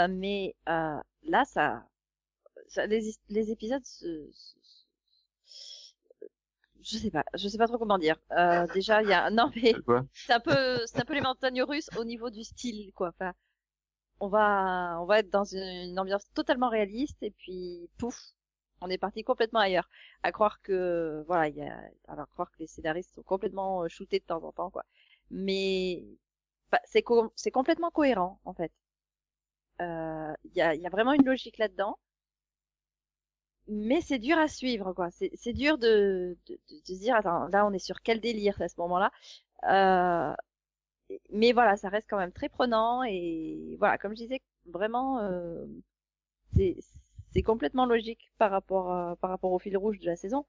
[SPEAKER 5] mais euh, là ça, ça- les, his- les épisodes se- se- se- je sais pas je sais pas trop comment dire. Euh, déjà il y a non mais
[SPEAKER 2] ça. Quoi
[SPEAKER 5] c'est un peu c'est un peu les montagnes russes au niveau du style quoi. Enfin on va on va être dans une, une ambiance totalement réaliste et puis pouf on est parti complètement ailleurs. À croire que voilà il y a alors croire que les scénaristes sont complètement euh, shootés de temps en temps quoi mais bah, c'est co- c'est complètement cohérent en fait. Euh, Il y, a, il y a vraiment une logique là-dedans, mais c'est dur à suivre quoi. C'est c'est dur de, de, de, de se dire attends là on est sur quel délire à ce moment-là. Euh, et- mais voilà ça reste quand même très prenant et voilà comme je disais vraiment euh, c'est c'est complètement logique par rapport à- par rapport au fil rouge de la saison.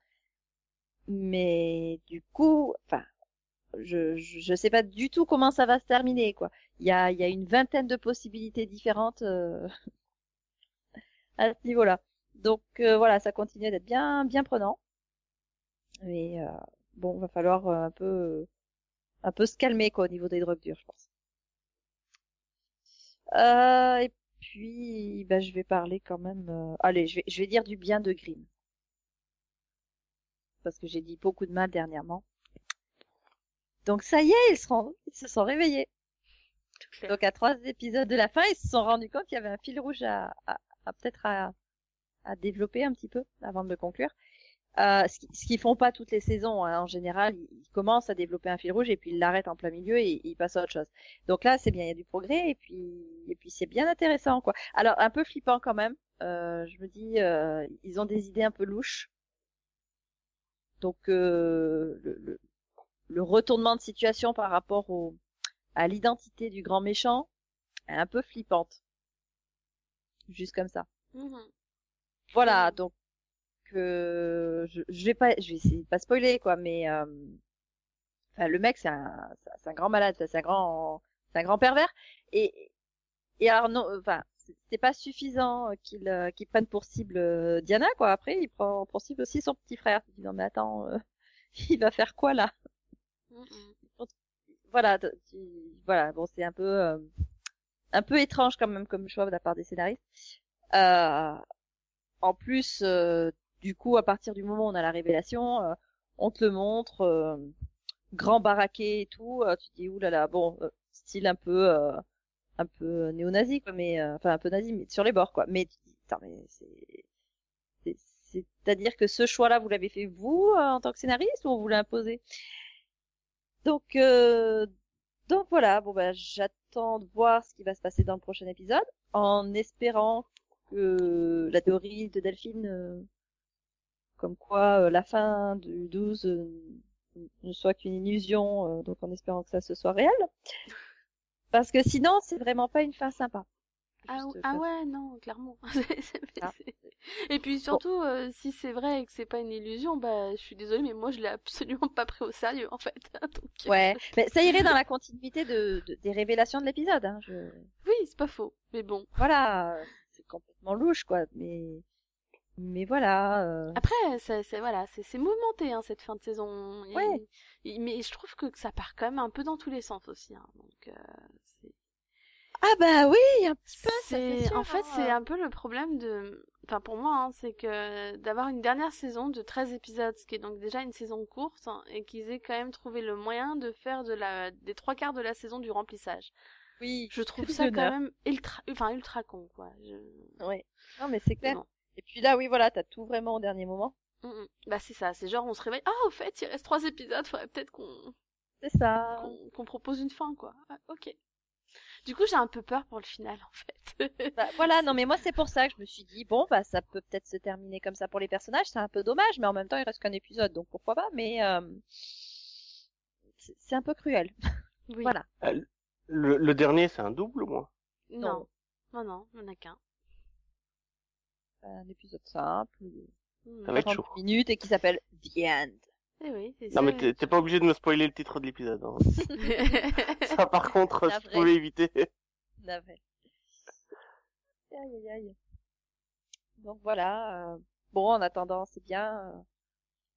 [SPEAKER 5] Mais du coup enfin je, je je sais pas du tout comment ça va se terminer quoi. Il y a il y a une vingtaine de possibilités différentes euh, à ce niveau-là. Donc euh, voilà, ça continue d'être bien bien prenant. Mais euh, bon, va falloir euh, un peu un peu se calmer quoi au niveau des drogues dures, je pense. Euh, et puis bah je vais parler quand même euh, allez, je vais je vais dire du bien de Grimm. Parce que j'ai dit beaucoup de mal dernièrement. Donc ça y est, ils, seront- ils se sont réveillés.
[SPEAKER 4] Tout clair.
[SPEAKER 5] Donc à trois épisodes de la fin, ils se sont rendus compte qu'il y avait un fil rouge à, à, à peut-être à, à développer un petit peu avant de le conclure. Euh, ce qui- ce qu'ils font pas toutes les saisons, hein. en général, ils, ils commencent à développer un fil rouge et puis ils l'arrêtent en plein milieu et ils passent à autre chose. Donc là, c'est bien, il y a du progrès et puis et puis c'est bien intéressant quoi. Alors un peu flippant quand même. Euh, je me dis, euh, ils ont des idées un peu louches. Donc euh, le, le- le retournement de situation par rapport au, à l'identité du grand méchant est un peu flippante. Juste comme ça.
[SPEAKER 4] Mhm.
[SPEAKER 5] Voilà,
[SPEAKER 4] Mm.
[SPEAKER 5] donc euh, je, je vais pas, je vais essayer de pas spoiler quoi, mais euh, enfin, le mec c'est un, c'est un- c'est un grand malade, c'est un grand, c'est un grand pervers. Et et alors non, enfin c'est- c'est pas suffisant euh, qu'il euh, qu'il prenne pour cible euh, Diana quoi. Après il prend pour cible aussi son petit frère. Il dit non mais attends, euh, il va faire quoi là
[SPEAKER 4] Mhm.
[SPEAKER 5] voilà, t- tu- voilà, bon, c'est un peu, euh, un peu étrange quand même comme choix de la part des scénaristes. Euh, en plus, euh, du coup, à partir du moment où on a la révélation, euh, on te le montre, euh, grand baraqué et tout, euh, tu te dis oulala, là là, bon, euh, style un peu, euh, un peu néo-nazi, quoi, mais euh, enfin un peu nazi, mais sur les bords, quoi. Mais tu te dis, putain, mais c'est, c'est- c'est-à-dire que ce choix-là, vous l'avez fait vous euh, en tant que scénariste ou on vous l'a imposé donc, euh, donc voilà, bon bah, j'attends de voir ce qui va se passer dans le prochain épisode, en espérant que la théorie de Delphine, euh, comme quoi euh, la fin du 12 euh, ne soit qu'une illusion, euh, donc en espérant que ça se soit réel. Parce que sinon, c'est vraiment pas une fin sympa.
[SPEAKER 4] Ah,
[SPEAKER 5] Juste,
[SPEAKER 4] ah
[SPEAKER 5] euh,
[SPEAKER 4] ouais, non, clairement. C'est- c'est-
[SPEAKER 5] Ah.
[SPEAKER 4] c'est- Et puis surtout, euh, si c'est vrai et que c'est pas une illusion, bah je suis désolée, mais moi je l'ai absolument pas pris au sérieux en fait. Donc, euh,
[SPEAKER 5] Ouais, mais ça irait dans la continuité de, de- des révélations de l'épisode. Hein, je...
[SPEAKER 4] Oui, c'est pas faux, mais bon.
[SPEAKER 5] voilà, euh, c'est complètement louche, quoi. Mais Mais voilà. euh,
[SPEAKER 4] Après, c'est c'est- voilà, c'est c'est mouvementé hein, cette fin de saison. Il-
[SPEAKER 5] Ouais.
[SPEAKER 4] il- mais je trouve que ça part quand même un peu dans tous les sens aussi. hein. Donc, euh, c'est-
[SPEAKER 5] Ah bah oui, un petit peu. ça,
[SPEAKER 4] c'est-
[SPEAKER 5] sûr,
[SPEAKER 4] en fait,
[SPEAKER 5] hein,
[SPEAKER 4] c'est
[SPEAKER 5] euh,
[SPEAKER 4] un peu le problème de, enfin pour moi, hein, c'est que d'avoir une dernière saison de 13 épisodes, ce qui est donc déjà une saison courte, hein, et qu'ils aient quand même trouvé le moyen de faire de la des trois quarts de la saison du remplissage.
[SPEAKER 5] Oui.
[SPEAKER 4] Je trouve
[SPEAKER 5] Plus
[SPEAKER 4] ça quand
[SPEAKER 5] d'honneur.
[SPEAKER 4] même ultra, enfin ultra con quoi. Je-
[SPEAKER 5] Ouais. Non mais c'est clair.
[SPEAKER 4] Non.
[SPEAKER 5] Et puis là, oui, voilà, t'as tout vraiment au dernier moment.
[SPEAKER 4] Mm, mm. Bah c'est ça, c'est genre on se réveille, ah au fait il reste trois épisodes, faudrait peut-être qu'on
[SPEAKER 5] C'est ça.
[SPEAKER 4] qu'on qu'on propose une fin quoi. Ah, ok. Du coup j'ai un peu peur pour le final en fait.
[SPEAKER 5] Bah, voilà, non mais moi c'est pour ça que je me suis dit bon bah ça peut peut-être se terminer comme ça pour les personnages, c'est un peu dommage, mais en même temps il reste qu'un épisode donc pourquoi pas, mais euh, c'est c'est un peu cruel.
[SPEAKER 4] oui.
[SPEAKER 5] Voilà.
[SPEAKER 3] Le, le dernier, c'est un double, moi.
[SPEAKER 4] Non, non, non, on a qu'un.
[SPEAKER 5] Un épisode simple,
[SPEAKER 4] Mm.
[SPEAKER 3] Ça va être
[SPEAKER 5] 30
[SPEAKER 3] chaud.
[SPEAKER 5] minutes et qui s'appelle The End.
[SPEAKER 4] Eh oui, c'est ça.
[SPEAKER 3] Non, mais t'es t'es pas obligé de me spoiler le titre de l'épisode. hein. Ça, par contre,
[SPEAKER 5] La
[SPEAKER 3] je
[SPEAKER 5] vraie.
[SPEAKER 3] pouvais éviter.
[SPEAKER 5] Navet. Aïe aïe aïe. Donc voilà. euh, Bon en attendant c'est bien. euh,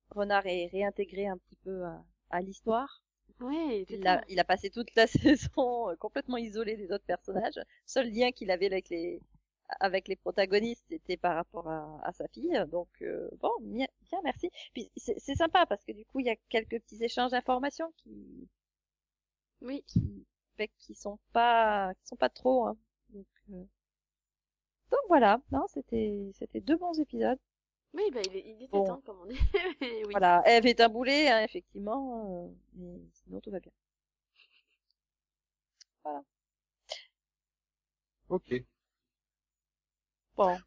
[SPEAKER 5] Renard est réintégré un petit peu à- à l'histoire.
[SPEAKER 4] oui,
[SPEAKER 5] Il a,
[SPEAKER 4] totalement.
[SPEAKER 5] il a passé toute la saison euh, complètement isolé des autres personnages. Seul lien qu'il avait avec les avec les protagonistes c'était par rapport à, à sa fille. Donc euh, bon, bien, bien, merci. Puis c'est c'est sympa parce que du coup il y a quelques petits échanges d'informations qui
[SPEAKER 4] oui.
[SPEAKER 5] qui fait qu'ils sont pas qui sont pas trop. hein. Donc, euh, donc voilà, non c'était c'était deux bons épisodes.
[SPEAKER 4] Oui, bah, il, est- il était
[SPEAKER 5] Bon.
[SPEAKER 4] temps, comme on dit. Mais oui.
[SPEAKER 5] Voilà, Eve est un boulet hein, effectivement, euh, mais sinon tout va bien.
[SPEAKER 1] Ok.
[SPEAKER 5] Bon.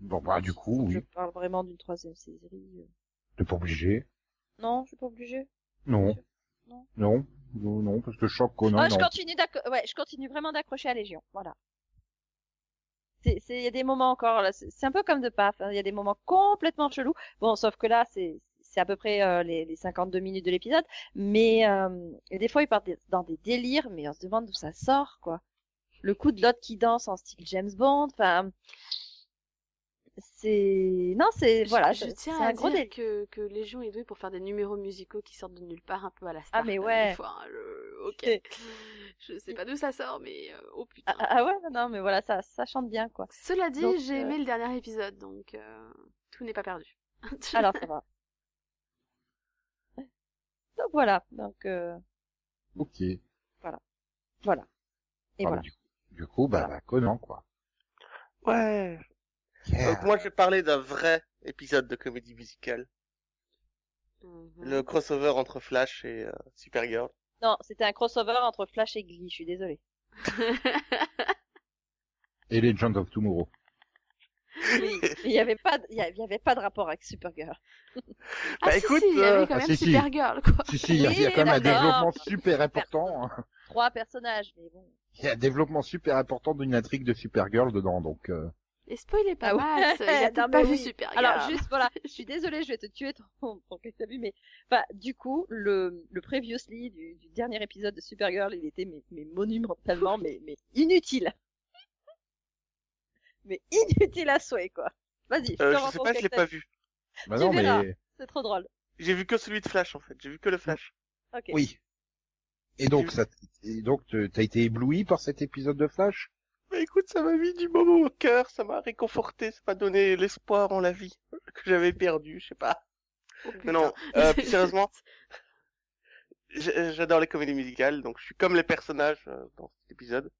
[SPEAKER 1] Bon bah du coup,
[SPEAKER 5] Je
[SPEAKER 1] oui,
[SPEAKER 5] parle vraiment d'une troisième série. euh.
[SPEAKER 1] t'es pas obligé.
[SPEAKER 5] Non, je suis pas obligée.
[SPEAKER 1] Non.
[SPEAKER 5] Non.
[SPEAKER 1] Non. Non, non, parce que je sens que Conan,
[SPEAKER 5] ah, je
[SPEAKER 1] non.
[SPEAKER 5] continue d'acco- ouais, je continue vraiment d'accrocher à Légion. Voilà. C'est, c'est, il y a des moments encore là. C'est c'est un peu comme de paf. hein, Il y a des moments complètement chelous. Bon, sauf que là, c'est, c'est à peu près euh, les, les 52 minutes de l'épisode. Mais euh, et des fois, ils partent des- dans des délires, mais on se demande d'où ça sort, quoi. Le coup de l'autre qui danse en style James Bond. Enfin, c'est, non, c'est
[SPEAKER 4] Je-
[SPEAKER 5] voilà.
[SPEAKER 4] je,
[SPEAKER 5] c'est-
[SPEAKER 4] tiens
[SPEAKER 5] c'est
[SPEAKER 4] à
[SPEAKER 5] un gros
[SPEAKER 4] dire
[SPEAKER 5] délire.
[SPEAKER 4] que, que Légion est doué pour faire des numéros musicaux qui sortent de nulle part, un peu à la star.
[SPEAKER 5] Ah, mais ouais.
[SPEAKER 4] hein, Ok. Je sais pas d'où ça sort, mais euh, oh putain.
[SPEAKER 5] Ah, ah ouais, non, non, mais voilà, ça, ça chante bien, quoi.
[SPEAKER 4] Cela dit,
[SPEAKER 5] donc,
[SPEAKER 4] j'ai
[SPEAKER 5] euh,
[SPEAKER 4] aimé le dernier épisode, donc euh, tout n'est pas perdu.
[SPEAKER 5] Alors ça va. Donc voilà, donc euh,
[SPEAKER 1] Ok.
[SPEAKER 5] voilà. Et
[SPEAKER 1] Ah,
[SPEAKER 5] voilà.
[SPEAKER 1] du, du coup, bah, bah, Conan quoi.
[SPEAKER 3] Ouais.
[SPEAKER 1] Yeah.
[SPEAKER 3] Donc, moi, je vais parler d'un vrai épisode de comédie musicale.
[SPEAKER 4] Mhm.
[SPEAKER 3] Le crossover entre Flash et euh, Supergirl.
[SPEAKER 5] Non, c'était un crossover entre Flash et Glee, je suis désolée.
[SPEAKER 1] Et Legend of Tomorrow.
[SPEAKER 5] Oui, mais il y avait pas de- il y a- il y avait pas de rapport avec Supergirl.
[SPEAKER 4] Ah
[SPEAKER 3] Bah,
[SPEAKER 4] si,
[SPEAKER 3] écoute,
[SPEAKER 4] si, il y avait
[SPEAKER 3] euh,
[SPEAKER 4] quand
[SPEAKER 1] ah,
[SPEAKER 4] même
[SPEAKER 1] si, si.
[SPEAKER 4] Supergirl, quoi.
[SPEAKER 1] Si, si, il y a- il y a
[SPEAKER 5] Oui,
[SPEAKER 1] quand même un
[SPEAKER 5] d'accord.
[SPEAKER 1] développement super important. hein.
[SPEAKER 5] Trois personnages, mais bon.
[SPEAKER 1] Il y a un développement super important d'une intrigue de Supergirl dedans, donc. euh,
[SPEAKER 4] Et spoiler pas
[SPEAKER 5] Ah ouais.
[SPEAKER 4] Max, il a
[SPEAKER 5] Non,
[SPEAKER 4] peut-être
[SPEAKER 5] mais
[SPEAKER 4] pas vu
[SPEAKER 5] oui.
[SPEAKER 3] Ah,
[SPEAKER 4] Supergirl.
[SPEAKER 5] Alors juste voilà, je suis désolée, je vais te tuer ton ton que t'as vu, mais enfin du coup le le previously du, du dernier épisode de Supergirl, il était mais, mais monumentalement mais mais inutile. mais inutile à souhait quoi. Vas-y, je te
[SPEAKER 3] Euh, je sais
[SPEAKER 5] raconte
[SPEAKER 3] pas, je l'ai
[SPEAKER 5] quelque
[SPEAKER 3] pas vu.
[SPEAKER 1] Bah
[SPEAKER 5] Tu
[SPEAKER 1] non,
[SPEAKER 5] verras.
[SPEAKER 1] mais
[SPEAKER 5] C'est trop drôle.
[SPEAKER 3] J'ai vu que celui de Flash, en fait. J'ai vu que le Flash.
[SPEAKER 5] Ok.
[SPEAKER 1] oui. Et donc ça, et donc te- t'as été ébloui par cet épisode de Flash
[SPEAKER 3] Bah écoute, ça m'a mis du baume au cœur, ça m'a réconforté, ça m'a donné l'espoir en la vie que j'avais perdu, je sais pas.
[SPEAKER 4] Oh,
[SPEAKER 3] Mais
[SPEAKER 4] putain.
[SPEAKER 3] non, euh, plus sérieusement, j'ai- j'adore les comédies musicales, donc je suis comme les personnages euh, dans cet épisode,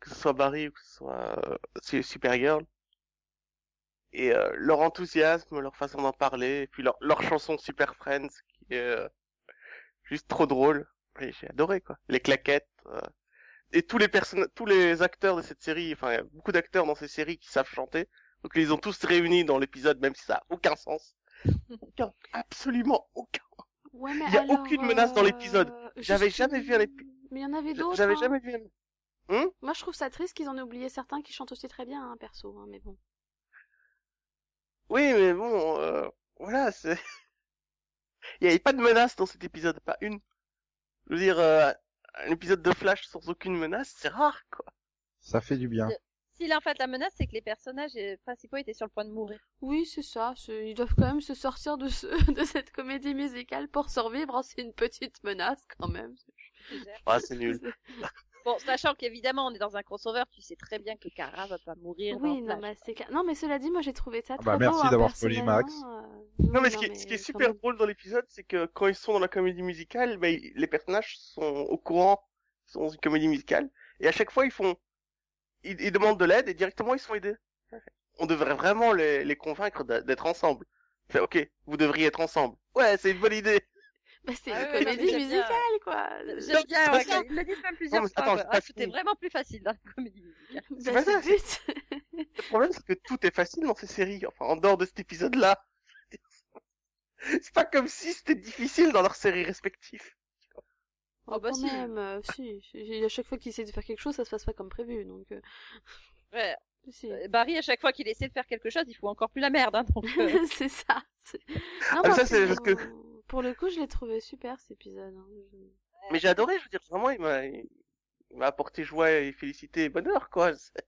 [SPEAKER 3] que ce soit Barry ou que ce soit euh, Su- Supergirl. Et euh, leur enthousiasme, leur façon d'en parler, et puis leur, leur chanson Super Friends, qui est euh, juste trop drôle. Et J'ai adoré quoi. Les claquettes. euh, et tous les personnages, tous les acteurs de cette série, enfin il y a beaucoup d'acteurs dans ces séries qui savent chanter, donc ils les ont tous réunis dans l'épisode, même si ça a aucun sens. Aucun, absolument aucun.
[SPEAKER 4] Ouais, mais
[SPEAKER 3] Il y a
[SPEAKER 4] alors,
[SPEAKER 3] aucune menace dans l'épisode.
[SPEAKER 4] euh,
[SPEAKER 3] J'avais
[SPEAKER 4] juste-
[SPEAKER 3] jamais vu un épi-
[SPEAKER 4] Mais il y en avait d'autres.
[SPEAKER 3] J'avais
[SPEAKER 4] hein.
[SPEAKER 3] jamais vu. un-
[SPEAKER 4] Moi, je trouve ça triste qu'ils en aient oublié certains qui chantent aussi très bien, hein, perso. hein, mais bon.
[SPEAKER 3] Oui, mais bon, euh, voilà, c'est. Il n'y avait pas de menace dans cet épisode, pas une. Je veux dire, euh, un épisode de Flash sans aucune menace, c'est rare quoi.
[SPEAKER 1] Ça fait du bien.
[SPEAKER 5] Si là, en fait, la menace, c'est que les personnages euh, principaux étaient sur le point de mourir.
[SPEAKER 4] Oui, c'est ça. c'est- Ils doivent quand même se sortir de, ce... de cette comédie musicale pour survivre. hein, C'est une petite menace quand même.
[SPEAKER 3] Ah, c'est nul.
[SPEAKER 5] Bon, sachant qu'évidemment, on est dans un crossover, tu sais très bien que Kara va pas mourir.
[SPEAKER 4] Oui, non,
[SPEAKER 5] dans Flash.
[SPEAKER 4] mais c'est clair. Non, mais cela dit, moi j'ai trouvé ça
[SPEAKER 1] Ah
[SPEAKER 4] très
[SPEAKER 1] bah, merci
[SPEAKER 4] beau, hein,
[SPEAKER 1] d'avoir poli, Max.
[SPEAKER 4] personnellement, euh,
[SPEAKER 3] Non, mais ce
[SPEAKER 4] non,
[SPEAKER 3] qui, ce qui est
[SPEAKER 4] quand
[SPEAKER 3] super
[SPEAKER 4] même.
[SPEAKER 3] drôle dans l'épisode, c'est que quand ils sont dans la comédie musicale, ben, ils- les personnages sont au courant, qu'ils sont dans une comédie musicale, et à chaque fois ils font, ils, ils demandent de l'aide et directement ils sont aidés. On devrait vraiment les, les convaincre d'a- d'être ensemble. Fait, ok, vous devriez être ensemble. Ouais, c'est une bonne idée.
[SPEAKER 4] Bah, c'est
[SPEAKER 5] Ah
[SPEAKER 4] une
[SPEAKER 5] oui, non, mais
[SPEAKER 4] comédie
[SPEAKER 5] j'aime bien.
[SPEAKER 4] musicale, quoi.
[SPEAKER 5] J'aime bien,
[SPEAKER 3] mais
[SPEAKER 5] ouais,
[SPEAKER 3] ça-
[SPEAKER 5] il me l'a dit même plusieurs
[SPEAKER 3] mais
[SPEAKER 5] fois.
[SPEAKER 3] attends,
[SPEAKER 5] quoi.
[SPEAKER 3] j'ai pas
[SPEAKER 5] Ah, C'était
[SPEAKER 3] fini.
[SPEAKER 5] vraiment plus facile dans la comédie musicale.
[SPEAKER 4] Bah,
[SPEAKER 3] pas ça,
[SPEAKER 4] c'est le but.
[SPEAKER 3] Le problème, c'est que tout est facile dans ces séries. Enfin, en dehors de cet épisode-là. C'est pas comme si c'était difficile dans leurs séries respectives.
[SPEAKER 4] Oh,
[SPEAKER 5] bah,
[SPEAKER 4] quand
[SPEAKER 5] si.
[SPEAKER 4] même, euh, si. si- À chaque fois qu'il essaie de faire quelque chose, ça se passe pas comme prévu, donc. euh,
[SPEAKER 5] Ouais,
[SPEAKER 4] si.
[SPEAKER 5] euh, Barry, à chaque fois qu'il essaie de faire quelque chose, il fout encore plus la merde. Hein, donc, euh,
[SPEAKER 4] c'est ça. c'est- Non,
[SPEAKER 3] mais
[SPEAKER 4] bah,
[SPEAKER 3] ça, c'est
[SPEAKER 4] pour-
[SPEAKER 3] parce que-
[SPEAKER 4] Pour le coup, je l'ai trouvé super cet épisode. hein. Je-
[SPEAKER 3] Mais j'ai adoré, je veux dire, vraiment, il m'a, il m'a apporté joie et félicité et bonheur, quoi. C'est-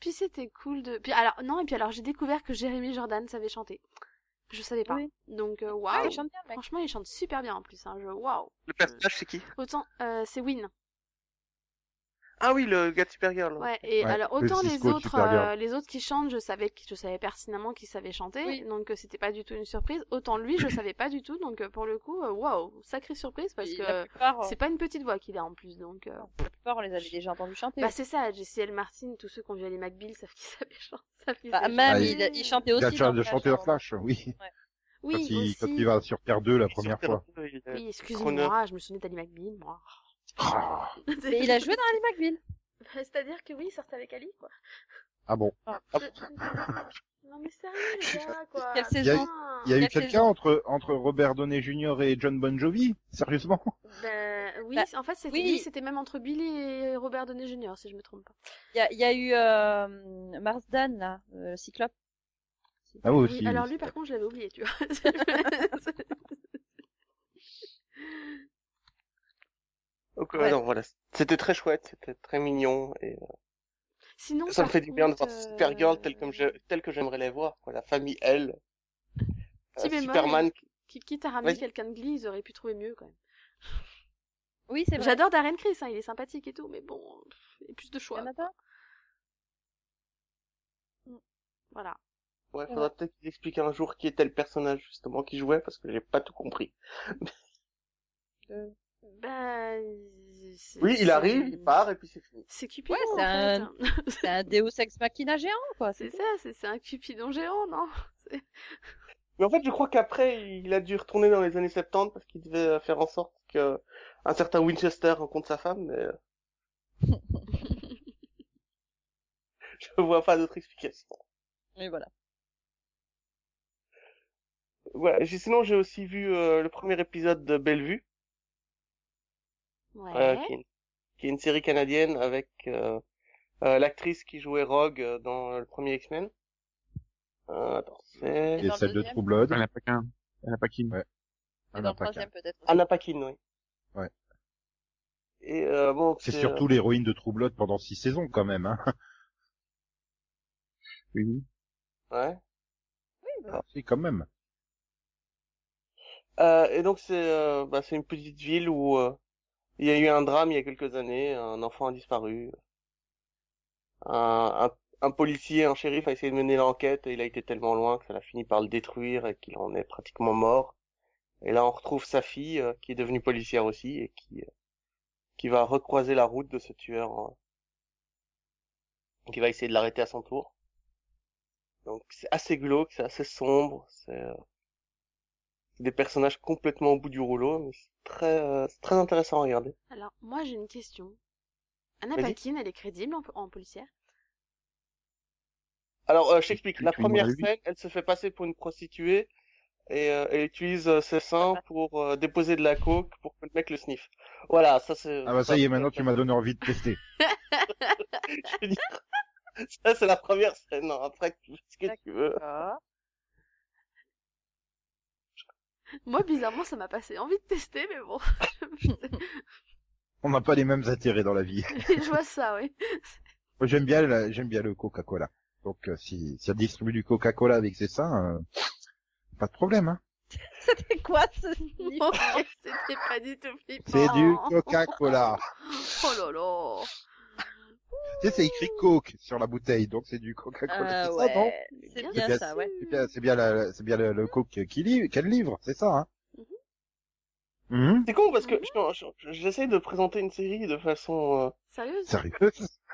[SPEAKER 4] Puis c'était cool de. Puis alors non et puis alors j'ai découvert que Jérémy Jordan savait chanter. Je savais pas.
[SPEAKER 5] Oui.
[SPEAKER 4] Donc euh,
[SPEAKER 5] ouais,
[SPEAKER 4] waouh.
[SPEAKER 5] il chante bien, le mec.
[SPEAKER 4] Franchement, il chante super bien en plus. Hein. Je waouh.
[SPEAKER 3] Le personnage, c'est qui?
[SPEAKER 4] Autant euh, c'est Win.
[SPEAKER 3] Ah oui, le gars de Supergirl.
[SPEAKER 4] Ouais. Et
[SPEAKER 1] Ouais,
[SPEAKER 4] alors
[SPEAKER 1] le
[SPEAKER 4] autant les
[SPEAKER 1] Cisco de
[SPEAKER 4] autres,
[SPEAKER 1] Supergirl.
[SPEAKER 4] euh, les autres qui chantent, je savais, qui- je savais pertinemment qu'ils savaient chanter.
[SPEAKER 5] Oui.
[SPEAKER 4] Donc euh, c'était pas du tout une surprise. Autant lui, je savais pas du tout. Donc euh, pour le coup, euh, waouh, sacrée surprise parce
[SPEAKER 5] Puis
[SPEAKER 4] que
[SPEAKER 5] la
[SPEAKER 4] euh,
[SPEAKER 5] plupart, euh,
[SPEAKER 4] c'est pas une petite voix qu'il a en plus. Donc euh,
[SPEAKER 5] la plupart, on les avait déjà entendus chanter.
[SPEAKER 4] bah c'est ça. JCL Martin, tous ceux qui ont vu les McBeal savent qu'ils savaient chanter. savent qu'ils
[SPEAKER 5] Bah,
[SPEAKER 4] savaient
[SPEAKER 5] même,
[SPEAKER 1] Ah,
[SPEAKER 4] chanter.
[SPEAKER 5] il, il chantait
[SPEAKER 1] Il
[SPEAKER 5] aussi.
[SPEAKER 1] a
[SPEAKER 5] dans
[SPEAKER 1] charge de
[SPEAKER 5] Flash,
[SPEAKER 1] chanter dans
[SPEAKER 5] hein.
[SPEAKER 1] Flash, oui.
[SPEAKER 4] Oui
[SPEAKER 1] quand, il,
[SPEAKER 4] aussi.
[SPEAKER 1] quand il va sur Terre 2 la première fois.
[SPEAKER 3] Il, euh,
[SPEAKER 4] Oui, excuse-moi, je me souvenais d'Ali McBeal, moi.
[SPEAKER 1] Ah,
[SPEAKER 5] Mais il a joué dans Ali McBeal.
[SPEAKER 4] C'est-à-dire que oui, il sortait avec Ali, quoi.
[SPEAKER 1] ah bon.
[SPEAKER 4] Non mais sérieux, les gars, quoi.
[SPEAKER 5] Quelle
[SPEAKER 1] y a-
[SPEAKER 5] saison
[SPEAKER 1] Il y a eu
[SPEAKER 5] Quatre
[SPEAKER 1] quelqu'un
[SPEAKER 5] saisons.
[SPEAKER 1] entre, entre Robert Downey Jr. et John Bon Jovi Sérieusement
[SPEAKER 4] Ben, oui,
[SPEAKER 5] Bah,
[SPEAKER 4] en fait, c'était
[SPEAKER 5] oui.
[SPEAKER 4] oui, c'était même entre Billy et Robert Downey Jr., si je me trompe pas.
[SPEAKER 5] Il y a, il y a eu euh, Marsden, là, euh, le Cyclope.
[SPEAKER 1] Ah, moi
[SPEAKER 4] Oui,
[SPEAKER 1] aussi.
[SPEAKER 4] alors lui, par contre, je l'avais oublié, tu vois. C'est-
[SPEAKER 3] Donc, euh,
[SPEAKER 5] Ouais.
[SPEAKER 3] non, voilà. C'était très chouette, c'était très mignon et euh,
[SPEAKER 4] Sinon,
[SPEAKER 3] ça me
[SPEAKER 4] par
[SPEAKER 3] fait du bien de voir
[SPEAKER 4] contre, euh,
[SPEAKER 3] Supergirl telle comme je, telle que j'aimerais les voir, quoi. La famille L.
[SPEAKER 4] Petit
[SPEAKER 3] Euh,
[SPEAKER 4] bémol.
[SPEAKER 3] Superman. qui-
[SPEAKER 4] qui- Quitte à ramener
[SPEAKER 3] Vas-y.
[SPEAKER 4] quelqu'un de Glee, ils auraient pu trouver mieux, quand même.
[SPEAKER 5] Oui, c'est vrai.
[SPEAKER 4] J'adore Darren Criss, hein, il est sympathique et tout, mais bon, pff, il y a plus de
[SPEAKER 5] Il y
[SPEAKER 4] choix.
[SPEAKER 5] en a pas
[SPEAKER 4] Voilà.
[SPEAKER 3] Ouais, faudra peut-être qu'ils expliquent un jour qui était le personnage, justement, qui jouait, parce que j'ai pas tout compris.
[SPEAKER 4] Ben... c'est-
[SPEAKER 3] Oui, il
[SPEAKER 4] c'est-
[SPEAKER 3] arrive, il part, et puis c'est fini.
[SPEAKER 4] C'est Cupidon,
[SPEAKER 5] Ouais, c'est
[SPEAKER 4] en fait,
[SPEAKER 5] un-
[SPEAKER 4] hein.
[SPEAKER 5] C'est un Deus Ex Machina géant, quoi.
[SPEAKER 4] C'est
[SPEAKER 5] C'est
[SPEAKER 4] ça, c'est c'est un cupidon géant, non
[SPEAKER 3] Mais en fait, je crois qu'après, il a dû retourner dans les années 70 parce qu'il devait euh, faire en sorte que un certain Winchester rencontre sa femme, mais... euh, je vois pas d'autre explication.
[SPEAKER 5] Mais voilà.
[SPEAKER 3] Ouais, j'ai- sinon, j'ai aussi vu euh, le premier épisode de Bellevue,
[SPEAKER 4] Ouais.
[SPEAKER 3] euh, qui, est une, qui est une série canadienne avec euh, euh, l'actrice qui jouait Rogue euh, dans euh, le premier X-Men. Euh, attends, c'est...
[SPEAKER 5] Et
[SPEAKER 1] Et
[SPEAKER 5] dans le
[SPEAKER 1] celle de
[SPEAKER 5] deuxième
[SPEAKER 1] True Blood.
[SPEAKER 2] Elle n'a pas qu'un. Elle n'a pas qu'une.
[SPEAKER 1] Ouais.
[SPEAKER 5] Et
[SPEAKER 1] Anna
[SPEAKER 5] dans le
[SPEAKER 1] Paquin.
[SPEAKER 5] troisième, peut-être. aussi.
[SPEAKER 3] Anna Paquin, oui.
[SPEAKER 1] Ouais.
[SPEAKER 3] Et euh, bon,
[SPEAKER 1] C'est
[SPEAKER 3] euh,
[SPEAKER 1] surtout l'héroïne de True Blood pendant six saisons quand même. Hein.
[SPEAKER 2] Oui, oui.
[SPEAKER 3] euh, Ouais.
[SPEAKER 1] Ah, si, quand même.
[SPEAKER 3] Euh, et donc c'est euh, bah, c'est une petite ville où euh, il y a eu un drame il y a quelques années, un enfant a disparu. Un, un, un policier, un shérif a essayé de mener l'enquête et il a été tellement loin que ça l'a fini par le détruire et qu'il en est pratiquement mort. Et là on retrouve sa fille euh, qui est devenue policière aussi et qui euh, qui va recroiser la route de ce tueur hein, qui va essayer de l'arrêter à son tour. Donc c'est assez glauque, c'est assez sombre, c'est euh, des personnages complètement au bout du rouleau, mais c'est très, euh, c'est très intéressant à regarder.
[SPEAKER 4] Alors, moi, j'ai une question. Anna
[SPEAKER 3] Vas-y.
[SPEAKER 4] Paquin, elle est crédible en, en policière
[SPEAKER 3] Alors, euh, je t'explique.
[SPEAKER 2] Tu-
[SPEAKER 3] La
[SPEAKER 2] tu m'en
[SPEAKER 3] première
[SPEAKER 2] as vu
[SPEAKER 3] scène, elle se fait passer pour une prostituée et euh, elle utilise euh, ses seins pour euh, déposer de la coke pour que le mec le sniffe. Voilà, ça c'est.
[SPEAKER 1] Ah bah ça y est, maintenant tu m'as donné envie de tester.
[SPEAKER 3] je veux dire, ça c'est la première scène. Non, après, tu fais ce que tu veux.
[SPEAKER 5] Ah.
[SPEAKER 4] Moi, bizarrement, ça m'a passé envie de tester, mais bon,
[SPEAKER 1] On n'a pas les mêmes intérêts dans la vie.
[SPEAKER 4] je vois ça, oui.
[SPEAKER 1] Moi, j'aime bien, la- j'aime bien le Coca-Cola. Donc, euh, si, si elle distribue du Coca-Cola avec ses seins, euh, pas de problème. Hein.
[SPEAKER 5] C'était quoi ce livre
[SPEAKER 4] Ok, C'était pas du tout flippant.
[SPEAKER 1] C'est du Coca-Cola.
[SPEAKER 4] Oh là là.
[SPEAKER 1] tu sais, c'est écrit Coke sur la bouteille, donc c'est du Coca-Cola.
[SPEAKER 5] Ah
[SPEAKER 1] c'est ça, non
[SPEAKER 5] ouais, c'est bien ça, ouais.
[SPEAKER 1] C'est bien, c'est bien, la- c'est bien le, le Coke qui livre, qu'elle livre, c'est ça. Hein.
[SPEAKER 5] Mm-hmm.
[SPEAKER 1] Mhm.
[SPEAKER 3] C'est con parce que je- je- j'essaie de présenter une série de façon euh,
[SPEAKER 4] Sérieux
[SPEAKER 1] Sérieux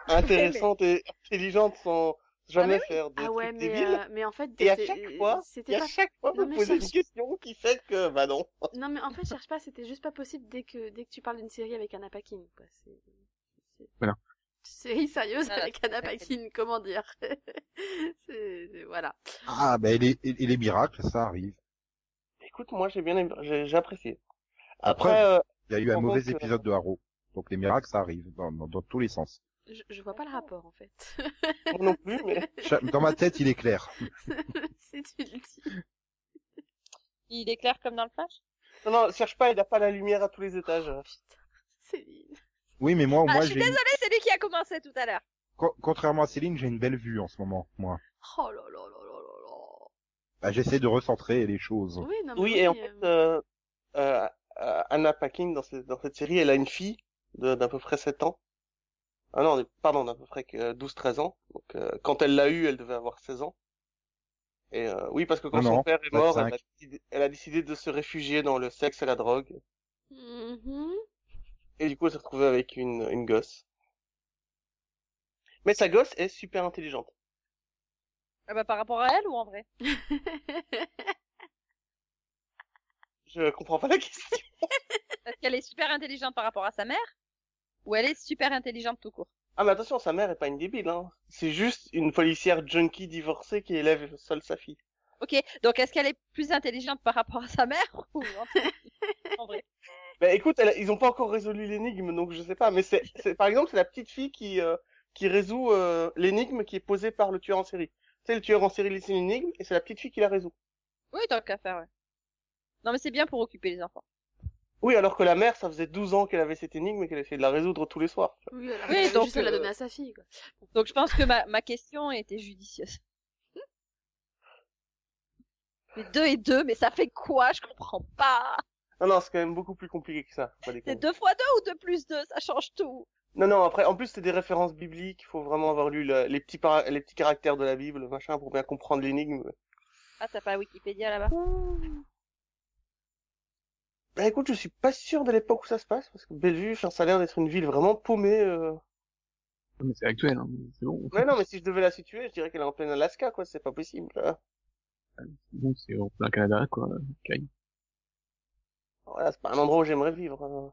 [SPEAKER 3] intéressante et intelligente sans jamais faire des
[SPEAKER 4] Ah ouais,
[SPEAKER 3] trucs
[SPEAKER 4] mais,
[SPEAKER 3] débiles.
[SPEAKER 4] euh, mais en fait,
[SPEAKER 3] Et à
[SPEAKER 4] t'étais-
[SPEAKER 3] chaque fois, Et
[SPEAKER 4] c'était
[SPEAKER 3] à
[SPEAKER 4] pas...
[SPEAKER 3] chaque fois,
[SPEAKER 4] Non,
[SPEAKER 3] vous
[SPEAKER 4] mais
[SPEAKER 3] posez
[SPEAKER 4] cherche-
[SPEAKER 3] une question qui fait que, bah non.
[SPEAKER 4] Non, mais en fait, cherche pas, c'était juste pas possible dès que, dès que tu parles d'une série avec Anna Paquin, quoi. C'est, c'est...
[SPEAKER 2] Voilà.
[SPEAKER 4] Une série sérieuse
[SPEAKER 5] Voilà,
[SPEAKER 4] avec Anna
[SPEAKER 5] tout à fait.
[SPEAKER 4] Paquin, comment dire? c'est, c'est- voilà.
[SPEAKER 1] Ah, ben, il est, il il est miracle, ça arrive.
[SPEAKER 3] Écoute, moi j'ai bien aimé, j'ai j'ai apprécié.
[SPEAKER 1] Après,
[SPEAKER 3] Après, euh,
[SPEAKER 1] Il y a eu
[SPEAKER 5] Oh
[SPEAKER 1] un
[SPEAKER 3] On
[SPEAKER 1] mauvais
[SPEAKER 3] voit que-
[SPEAKER 1] épisode de Haro. Donc, les miracles, ça arrive dans, dans- dans tous les sens.
[SPEAKER 4] Je, je vois pas le rapport, en fait.
[SPEAKER 3] euh, moi non plus, mais
[SPEAKER 1] Cha- Dans ma tête, il est clair.
[SPEAKER 4] si tu le dis.
[SPEAKER 5] Il est clair comme dans le flash
[SPEAKER 3] non, non, cherche pas, il a pas la lumière à tous les étages.
[SPEAKER 4] Putain, Céline.
[SPEAKER 1] Oui, mais moi, au
[SPEAKER 5] Ah,
[SPEAKER 1] moins,
[SPEAKER 5] je suis
[SPEAKER 1] j'ai une-
[SPEAKER 5] désolée, c'est lui qui a commencé tout à l'heure.
[SPEAKER 1] co- contrairement à Céline, j'ai une belle vue en ce moment, moi.
[SPEAKER 4] Oh là là là là là
[SPEAKER 1] Bah, j'essaie de recentrer les choses.
[SPEAKER 4] là. Oui, non, mais
[SPEAKER 3] Oui, et en fait, euh,
[SPEAKER 4] euh,
[SPEAKER 3] euh, euh, Anna Paquin dans, ce- dans cette série, elle a une fille de- d'à peu près 7 ans. Ah non, de- pardon, d'à peu près que, euh, 12-13 ans. Donc, euh, quand elle l'a eu, elle devait avoir 16 ans. Et euh, oui, parce que quand
[SPEAKER 1] Non,
[SPEAKER 3] son
[SPEAKER 1] non,
[SPEAKER 3] père est mort, elle a,
[SPEAKER 1] 25.
[SPEAKER 3] décidé, elle a décidé de se réfugier dans le sexe et la drogue.
[SPEAKER 4] mhm.
[SPEAKER 3] Et du coup, elle s'est retrouvée avec une, une gosse. Mais sa gosse est super intelligente.
[SPEAKER 5] Ah bah, par rapport à elle ou en vrai
[SPEAKER 3] Je comprends pas la question.
[SPEAKER 5] Parce qu'elle est super intelligente par rapport à sa mère ou elle est super intelligente tout court
[SPEAKER 3] Ah mais attention, sa mère est pas une débile, hein. C'est juste une policière junkie divorcée qui élève seule sa fille.
[SPEAKER 5] Ok, donc est-ce qu'elle est plus intelligente par rapport à sa mère ou en- en vrai
[SPEAKER 3] Bah écoute, elle a- ils ont pas encore résolu l'énigme, donc je sais pas. Mais c'est, c'est- par exemple, c'est la petite fille qui euh, qui résout euh, l'énigme qui est posée par le tueur en série. C'est le tueur en série laisse une énigme et c'est la petite fille qui la résout.
[SPEAKER 5] Oui, tant qu'à faire, ouais. Non, mais c'est bien pour occuper les enfants.
[SPEAKER 3] Oui, alors que la mère, ça faisait 12 ans qu'elle avait cette énigme et qu'elle essayait de la résoudre tous les soirs.
[SPEAKER 4] Oui, alors,
[SPEAKER 5] Oui,
[SPEAKER 4] elle
[SPEAKER 5] donc,
[SPEAKER 4] juste la
[SPEAKER 5] euh,
[SPEAKER 4] donner à sa fille, quoi.
[SPEAKER 5] Donc je pense que ma, ma question était judicieuse. Mais deux et deux, mais ça fait quoi Je comprends pas.
[SPEAKER 3] Non, non, c'est quand même beaucoup plus compliqué que ça. faut pas
[SPEAKER 5] C'est
[SPEAKER 3] déconner.
[SPEAKER 5] deux fois deux ou deux plus deux Ça change tout.
[SPEAKER 3] Non, non, après, en plus, c'est des références bibliques. Il faut vraiment avoir lu le- les, petits para- les petits caractères de la Bible, machin, pour bien comprendre l'énigme.
[SPEAKER 5] Ah, t'as pas Wikipédia là-bas
[SPEAKER 3] Bah écoute, je suis pas sûr de l'époque où ça se passe, parce que Bellevue, ça a l'air d'être une ville vraiment paumée. euh,
[SPEAKER 2] Mais c'est actuel, hein, c'est bon.
[SPEAKER 3] Ouais, non, mais si je devais la situer, je dirais qu'elle est en plein Alaska, quoi. C'est pas possible. hein.
[SPEAKER 2] Bon, c'est en plein Canada, quoi. Caille.
[SPEAKER 3] Voilà, c'est pas un endroit où j'aimerais vivre. hein.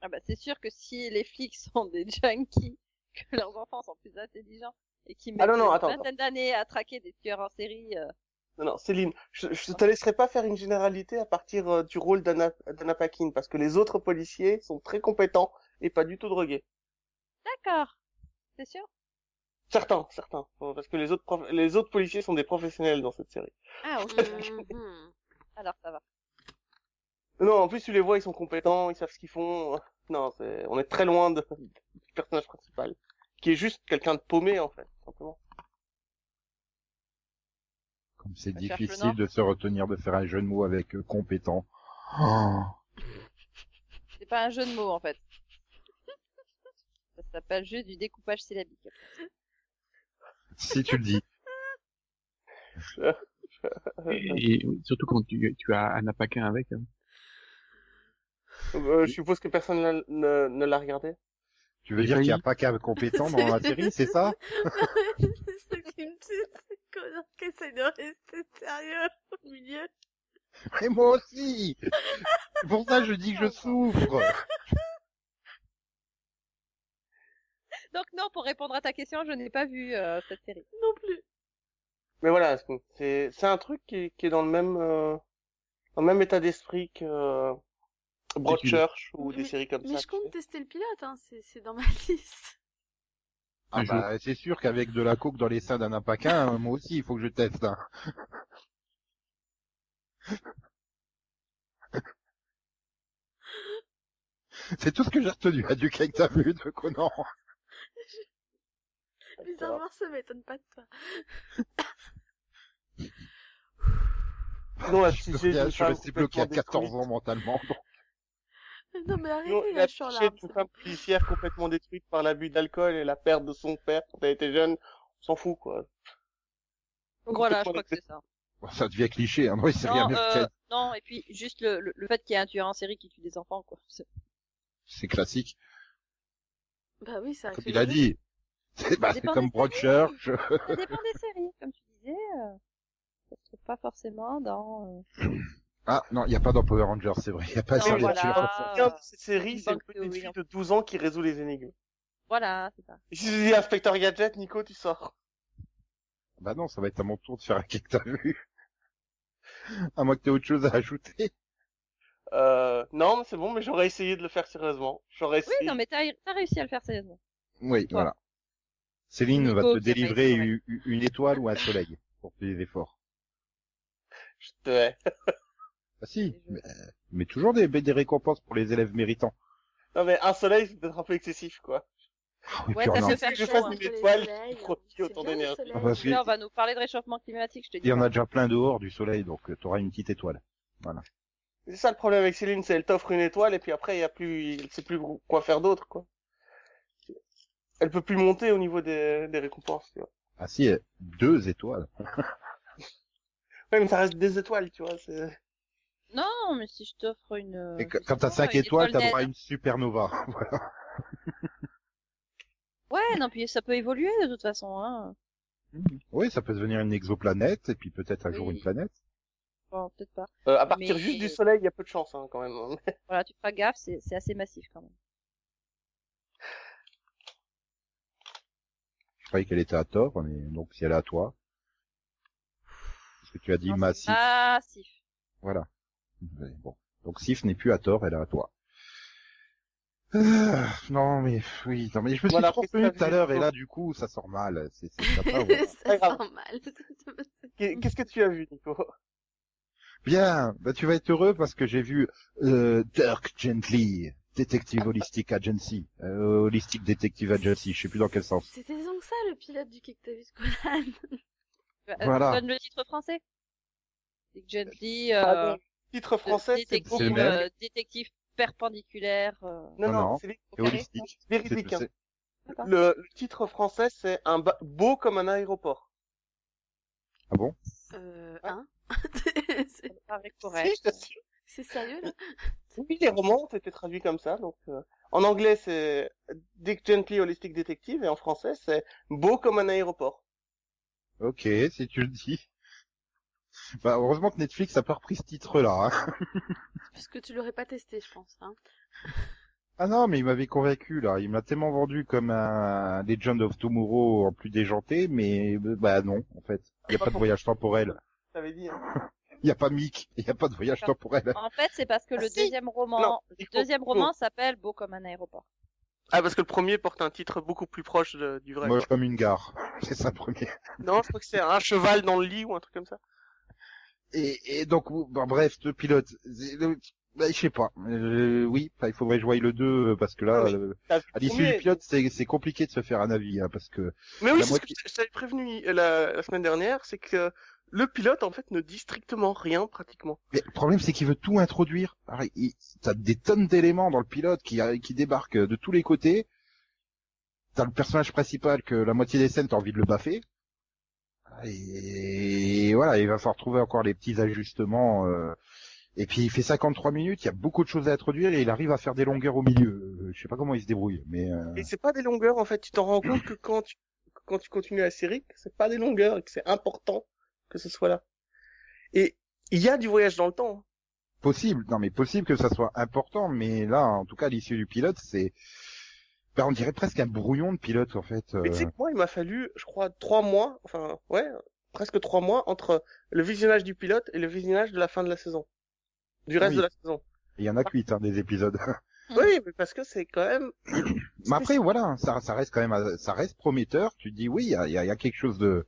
[SPEAKER 5] Ah bah c'est sûr que si les flics sont des junkies, que leurs enfants sont plus intelligents et qui mettent
[SPEAKER 3] Ah non, non,
[SPEAKER 5] une
[SPEAKER 3] attends,
[SPEAKER 5] vingtaine d'années à traquer des tueurs en série, euh,
[SPEAKER 3] Non, non, Céline, je, je te laisserai pas faire une généralité à partir euh, du rôle d'Anna d'Anna Paquin, parce que les autres policiers sont très compétents et pas du tout drogués.
[SPEAKER 5] d'accord. C'est sûr
[SPEAKER 3] Certains, certains. Bon, Parce que les autres, prof- les autres policiers sont des professionnels dans cette série.
[SPEAKER 5] Ah ok,
[SPEAKER 4] Mhm.
[SPEAKER 5] alors ça va.
[SPEAKER 3] Non, en plus, tu les vois, ils sont compétents, ils savent ce qu'ils font. Non, c'est, on est très loin de... du personnage principal, qui est juste quelqu'un de paumé, en fait, simplement.
[SPEAKER 1] Comme c'est
[SPEAKER 5] Ça cherche le
[SPEAKER 1] difficile
[SPEAKER 5] Nord.
[SPEAKER 1] de se retenir de faire un jeu de mots avec euh, compétent. Oh.
[SPEAKER 5] C'est pas un jeu de mots en fait. Ça s'appelle juste du découpage syllabique.
[SPEAKER 1] si tu le dis.
[SPEAKER 2] Et, et surtout quand tu, tu as un apaquin avec. hein.
[SPEAKER 3] Euh, je suppose que personne ne, ne- ne l'a regardé.
[SPEAKER 1] Tu veux
[SPEAKER 2] Et
[SPEAKER 1] dire qu'il n'y a
[SPEAKER 2] oui.
[SPEAKER 1] pas qu'un compétent dans la série, c'est ça
[SPEAKER 4] C'est ce qui me tue, c'est Connor qui essaie de rester sérieux au milieu.
[SPEAKER 1] Et moi aussi C'est pour ça que je dis que je souffre
[SPEAKER 5] Donc non, pour répondre à ta question, je n'ai pas vu euh, cette série.
[SPEAKER 4] Non plus.
[SPEAKER 3] Mais voilà, c'est- c'est c'est un truc qui, est- qui est dans le même euh, dans le même état d'esprit que euh, Broadchurch ou des séries comme
[SPEAKER 4] Mais
[SPEAKER 3] ça.
[SPEAKER 4] je
[SPEAKER 3] tu sais.
[SPEAKER 4] compte tester le pilote, hein, c'est, c'est dans ma liste.
[SPEAKER 1] Ah bah, c'est sûr qu'avec de la coke dans les seins d'un apaquin, euh, moi aussi, il faut que je teste. hein. hein, c'est tout ce que j'ai retenu, à du cake t'as vu de Conan.
[SPEAKER 4] Bizarrement, ça m'étonne pas de toi.
[SPEAKER 3] Non, la
[SPEAKER 1] je, suis
[SPEAKER 3] psyché d'une
[SPEAKER 1] je suis
[SPEAKER 3] femme
[SPEAKER 1] resté bloqué à
[SPEAKER 3] complètement
[SPEAKER 1] 14 ans
[SPEAKER 3] détruite.
[SPEAKER 1] mentalement.
[SPEAKER 4] Non, mais
[SPEAKER 3] Non,
[SPEAKER 4] arrêtez, là,
[SPEAKER 3] la
[SPEAKER 4] je suis en
[SPEAKER 3] psyché
[SPEAKER 4] larmes.
[SPEAKER 3] d'une femme policière complètement détruite par l'abus d'alcool et la perte de son père quand elle était jeune, on s'en fout, quoi.
[SPEAKER 5] Donc voilà, je crois que c'est ça.
[SPEAKER 1] Bon, ça devient cliché, hein. Non, il s'est rien
[SPEAKER 5] Non, euh,
[SPEAKER 1] américaine.
[SPEAKER 5] non, et puis juste le, le, le fait qu'il y ait un tueur en série qui tue des enfants, quoi. C'est-
[SPEAKER 1] C'est classique.
[SPEAKER 4] Bah oui, ça
[SPEAKER 1] Comme il a dit. C'est, bah,
[SPEAKER 5] Ça
[SPEAKER 1] c'est
[SPEAKER 5] dépend
[SPEAKER 1] comme
[SPEAKER 5] des
[SPEAKER 1] Broadchurch.
[SPEAKER 5] Ça dépend des séries, comme tu disais. euh, ça se trouve pas forcément dans... euh,
[SPEAKER 1] Ah, non, il n'y a pas dans Power Rangers, c'est vrai. Il n'y a pas
[SPEAKER 5] Non,
[SPEAKER 1] sur les
[SPEAKER 5] voilà.
[SPEAKER 1] tueurs.
[SPEAKER 4] Ah.
[SPEAKER 3] Aucun de ces séries,
[SPEAKER 5] Big
[SPEAKER 3] c'est une
[SPEAKER 5] Bang
[SPEAKER 3] petite
[SPEAKER 5] Theory,
[SPEAKER 3] fille
[SPEAKER 5] hein.
[SPEAKER 3] de 12 ans qui résout les énigmes.
[SPEAKER 5] Voilà, c'est ça.
[SPEAKER 3] Et si je dis inspecteur gadget, Nico, tu sors.
[SPEAKER 1] Bah non, ça va être à mon tour de faire un kick t'as vu. À moins que t'aies autre chose à ajouter.
[SPEAKER 3] Euh, non, mais c'est bon, mais j'aurais essayé de le faire sérieusement. J'aurais essayé.
[SPEAKER 5] Oui, non, mais t'as t'as réussi à le faire sérieusement.
[SPEAKER 1] Oui,
[SPEAKER 5] Toi.
[SPEAKER 1] voilà. Céline va te
[SPEAKER 5] Nico, qui a pas
[SPEAKER 1] délivrer
[SPEAKER 5] été
[SPEAKER 1] u- u- une étoile ou un soleil pour tes efforts.
[SPEAKER 3] Je te hais.
[SPEAKER 1] Bah si, mais, mais toujours des, des récompenses pour les élèves méritants.
[SPEAKER 3] Non, mais un soleil, c'est peut-être un peu excessif, quoi.
[SPEAKER 1] Ah oui,
[SPEAKER 5] Ouais,
[SPEAKER 1] puis
[SPEAKER 5] ça
[SPEAKER 1] on a-
[SPEAKER 5] se fait
[SPEAKER 3] que je
[SPEAKER 5] chaud,
[SPEAKER 3] fasse
[SPEAKER 5] hein.
[SPEAKER 3] des étoiles qui profitent autant d'énergie.
[SPEAKER 1] Ah, parce que-
[SPEAKER 5] Là, on va nous parler de réchauffement climatique, je te
[SPEAKER 1] il
[SPEAKER 5] dis.
[SPEAKER 1] y en a déjà plein dehors du soleil, donc euh, t'auras une petite étoile.
[SPEAKER 3] C'est ça le problème avec Céline, c'est elle t'offre une étoile et puis après il y a plus, il sait plus quoi faire d'autre quoi. Elle peut plus monter au niveau des, des récompenses. Tu vois.
[SPEAKER 1] Ah si, euh, deux étoiles.
[SPEAKER 3] Ouais, mais ça reste des étoiles, tu vois. c'est-
[SPEAKER 5] Non, mais si je t'offre une... euh,
[SPEAKER 1] Et que-
[SPEAKER 5] je
[SPEAKER 1] quand
[SPEAKER 5] sais
[SPEAKER 1] t'as
[SPEAKER 5] pas,
[SPEAKER 1] cinq
[SPEAKER 5] une
[SPEAKER 1] étoiles,
[SPEAKER 5] étoile
[SPEAKER 1] t'as droit à
[SPEAKER 5] naine.
[SPEAKER 1] une supernova. Voilà.
[SPEAKER 5] Ouais, non, puis ça peut évoluer de toute façon, hein.
[SPEAKER 1] Oui, ça peut devenir une exoplanète, et puis peut-être un jour
[SPEAKER 5] Oui.
[SPEAKER 1] une planète.
[SPEAKER 5] Bon, peut-être pas.
[SPEAKER 3] Euh, à partir
[SPEAKER 5] Mais-
[SPEAKER 3] juste du soleil, il y a peu de chance hein, quand même. hein.
[SPEAKER 5] Voilà, tu feras gaffe, c'est c'est assez massif quand même.
[SPEAKER 1] Je croyais qu'elle était à tort, mais donc si elle est à toi. Parce que tu as dit
[SPEAKER 5] Non, c'est
[SPEAKER 1] massif.
[SPEAKER 5] Massif.
[SPEAKER 1] Voilà. Mais bon. Donc Sif n'est plus à tort, elle est à toi. Euh, non mais oui, non mais je me suis
[SPEAKER 3] Voilà,
[SPEAKER 1] trop
[SPEAKER 3] c'est
[SPEAKER 1] trompé
[SPEAKER 3] ça,
[SPEAKER 1] tout à
[SPEAKER 3] c'est
[SPEAKER 1] l'heure et
[SPEAKER 3] faux.
[SPEAKER 1] là du coup ça sort mal. C'est c'est ça va, ah, ouais.
[SPEAKER 4] ça
[SPEAKER 3] grave.
[SPEAKER 4] sent mal.
[SPEAKER 5] Mm.
[SPEAKER 3] Qu'est- Qu'est-ce que tu as vu, Nico
[SPEAKER 5] Euh,
[SPEAKER 1] Bien, bah tu vas être heureux parce que j'ai vu euh, Dirk Gently, Detective Holistic Agency, euh, Holistic Detective Agency, je sais plus dans quel sens.
[SPEAKER 4] C'était donc ça le pilote du Cactavus Squad.
[SPEAKER 5] Euh,
[SPEAKER 1] Voilà.
[SPEAKER 5] Donne le titre français. Dick Gently, euh,
[SPEAKER 3] Ah, donc, Titre
[SPEAKER 5] de-
[SPEAKER 3] français, c'est
[SPEAKER 5] détective,
[SPEAKER 3] beaucoup.
[SPEAKER 1] C'est le
[SPEAKER 5] euh,
[SPEAKER 1] même.
[SPEAKER 5] détective perpendiculaire. euh,
[SPEAKER 3] Non,
[SPEAKER 1] Non, non.
[SPEAKER 3] non, c'est vé-
[SPEAKER 1] Et
[SPEAKER 5] au carré,
[SPEAKER 1] holistique. C'est-
[SPEAKER 3] véridique. hein.
[SPEAKER 1] c'est-
[SPEAKER 5] D'accord.
[SPEAKER 3] Le, le titre français, c'est un ba- beau comme un aéroport.
[SPEAKER 1] Ah bon
[SPEAKER 4] Euh,
[SPEAKER 3] Ouais.
[SPEAKER 4] hein C'est-
[SPEAKER 5] ça me paraît correct.
[SPEAKER 3] Si, je t'assure.
[SPEAKER 4] C'est sérieux là
[SPEAKER 3] Oui, les romans ont été traduits comme ça. Donc, euh, en anglais, c'est Dick Gently Holistic Detective et en français, c'est beau comme un aéroport.
[SPEAKER 1] Ok, si tu le dis. Bah heureusement que Netflix a pas repris ce titre-là. hein.
[SPEAKER 4] Parce que tu l'aurais pas testé, je pense. Hein.
[SPEAKER 1] Ah non, mais il m'avait convaincu là. Il m'a tellement vendu comme un Legend of Tomorrow en plus déjanté, mais euh, bah non, en fait. Il n'y a pas de voyage temporel.
[SPEAKER 3] T'avais dit. Hein.
[SPEAKER 1] Il n'y a pas Mick. Il n'y a pas de voyage temporel.
[SPEAKER 5] En fait, c'est parce que
[SPEAKER 3] Ah,
[SPEAKER 5] le
[SPEAKER 3] si.
[SPEAKER 5] deuxième roman,
[SPEAKER 3] Non,
[SPEAKER 5] le
[SPEAKER 3] il faut-
[SPEAKER 5] deuxième
[SPEAKER 3] il faut.
[SPEAKER 5] roman s'appelle Beau comme un aéroport.
[SPEAKER 3] Ah, parce que le premier porte un titre beaucoup plus proche de- du vrai.
[SPEAKER 1] Moi,
[SPEAKER 3] quoi.
[SPEAKER 1] comme une gare. C'est ça le premier.
[SPEAKER 3] Non, je crois que c'est un cheval dans le lit ou un truc comme ça.
[SPEAKER 1] Et, et donc, vous- bah, bref, ce pilote. c'est le- bah, je sais pas. Euh, oui, enfin, il faudrait que je voie le 2 parce que là,
[SPEAKER 3] Ah oui.
[SPEAKER 1] euh,
[SPEAKER 3] T'as vu
[SPEAKER 1] à
[SPEAKER 3] le
[SPEAKER 1] l'issue
[SPEAKER 3] premier
[SPEAKER 1] du pilote, c'est c'est compliqué de se faire un avis hein, parce que
[SPEAKER 3] Mais oui,
[SPEAKER 1] la
[SPEAKER 3] c'est ce que
[SPEAKER 1] moitié-
[SPEAKER 3] je t'avais prévenu euh, la, la semaine dernière, c'est que le pilote, en fait, ne dit strictement rien, pratiquement.
[SPEAKER 1] Mais le problème, c'est qu'il veut tout introduire. Alors, il- T'as des tonnes d'éléments dans le pilote qui, euh, qui débarquent de tous les côtés. T'as le personnage principal que la moitié des scènes, t'as envie de le baffer. Et voilà, il va falloir trouver encore les petits ajustements. euh. Et puis, il fait 53 minutes, il y a beaucoup de choses à introduire et il arrive à faire des longueurs au milieu. Euh, Je sais pas comment il se débrouille, mais... euh,
[SPEAKER 3] Et c'est pas des longueurs, en fait. Tu t'en rends compte que quand tu, que quand tu continues la série, que c'est pas des longueurs et que c'est important que ce soit là. Et il y a du voyage dans le temps.
[SPEAKER 1] Possible, non mais possible que ça soit important, mais là, en tout cas, à l'issue du pilote, c'est... Ben, on dirait presque un brouillon de pilote, en fait.
[SPEAKER 3] Mais
[SPEAKER 1] euh.
[SPEAKER 3] tu sais que moi, il m'a fallu, je crois, trois mois, enfin, ouais, presque trois mois entre le visionnage du pilote et le visionnage de la fin de la saison. Du reste
[SPEAKER 1] Oui.
[SPEAKER 3] de la saison.
[SPEAKER 1] Il y en a que huit, hein, des épisodes.
[SPEAKER 3] Oui, mais parce que c'est quand même
[SPEAKER 1] Mais après, voilà, hein, ça, ça reste quand même, euh, ça reste prometteur. Tu te dis oui, il y a, il y a- il y a quelque chose de,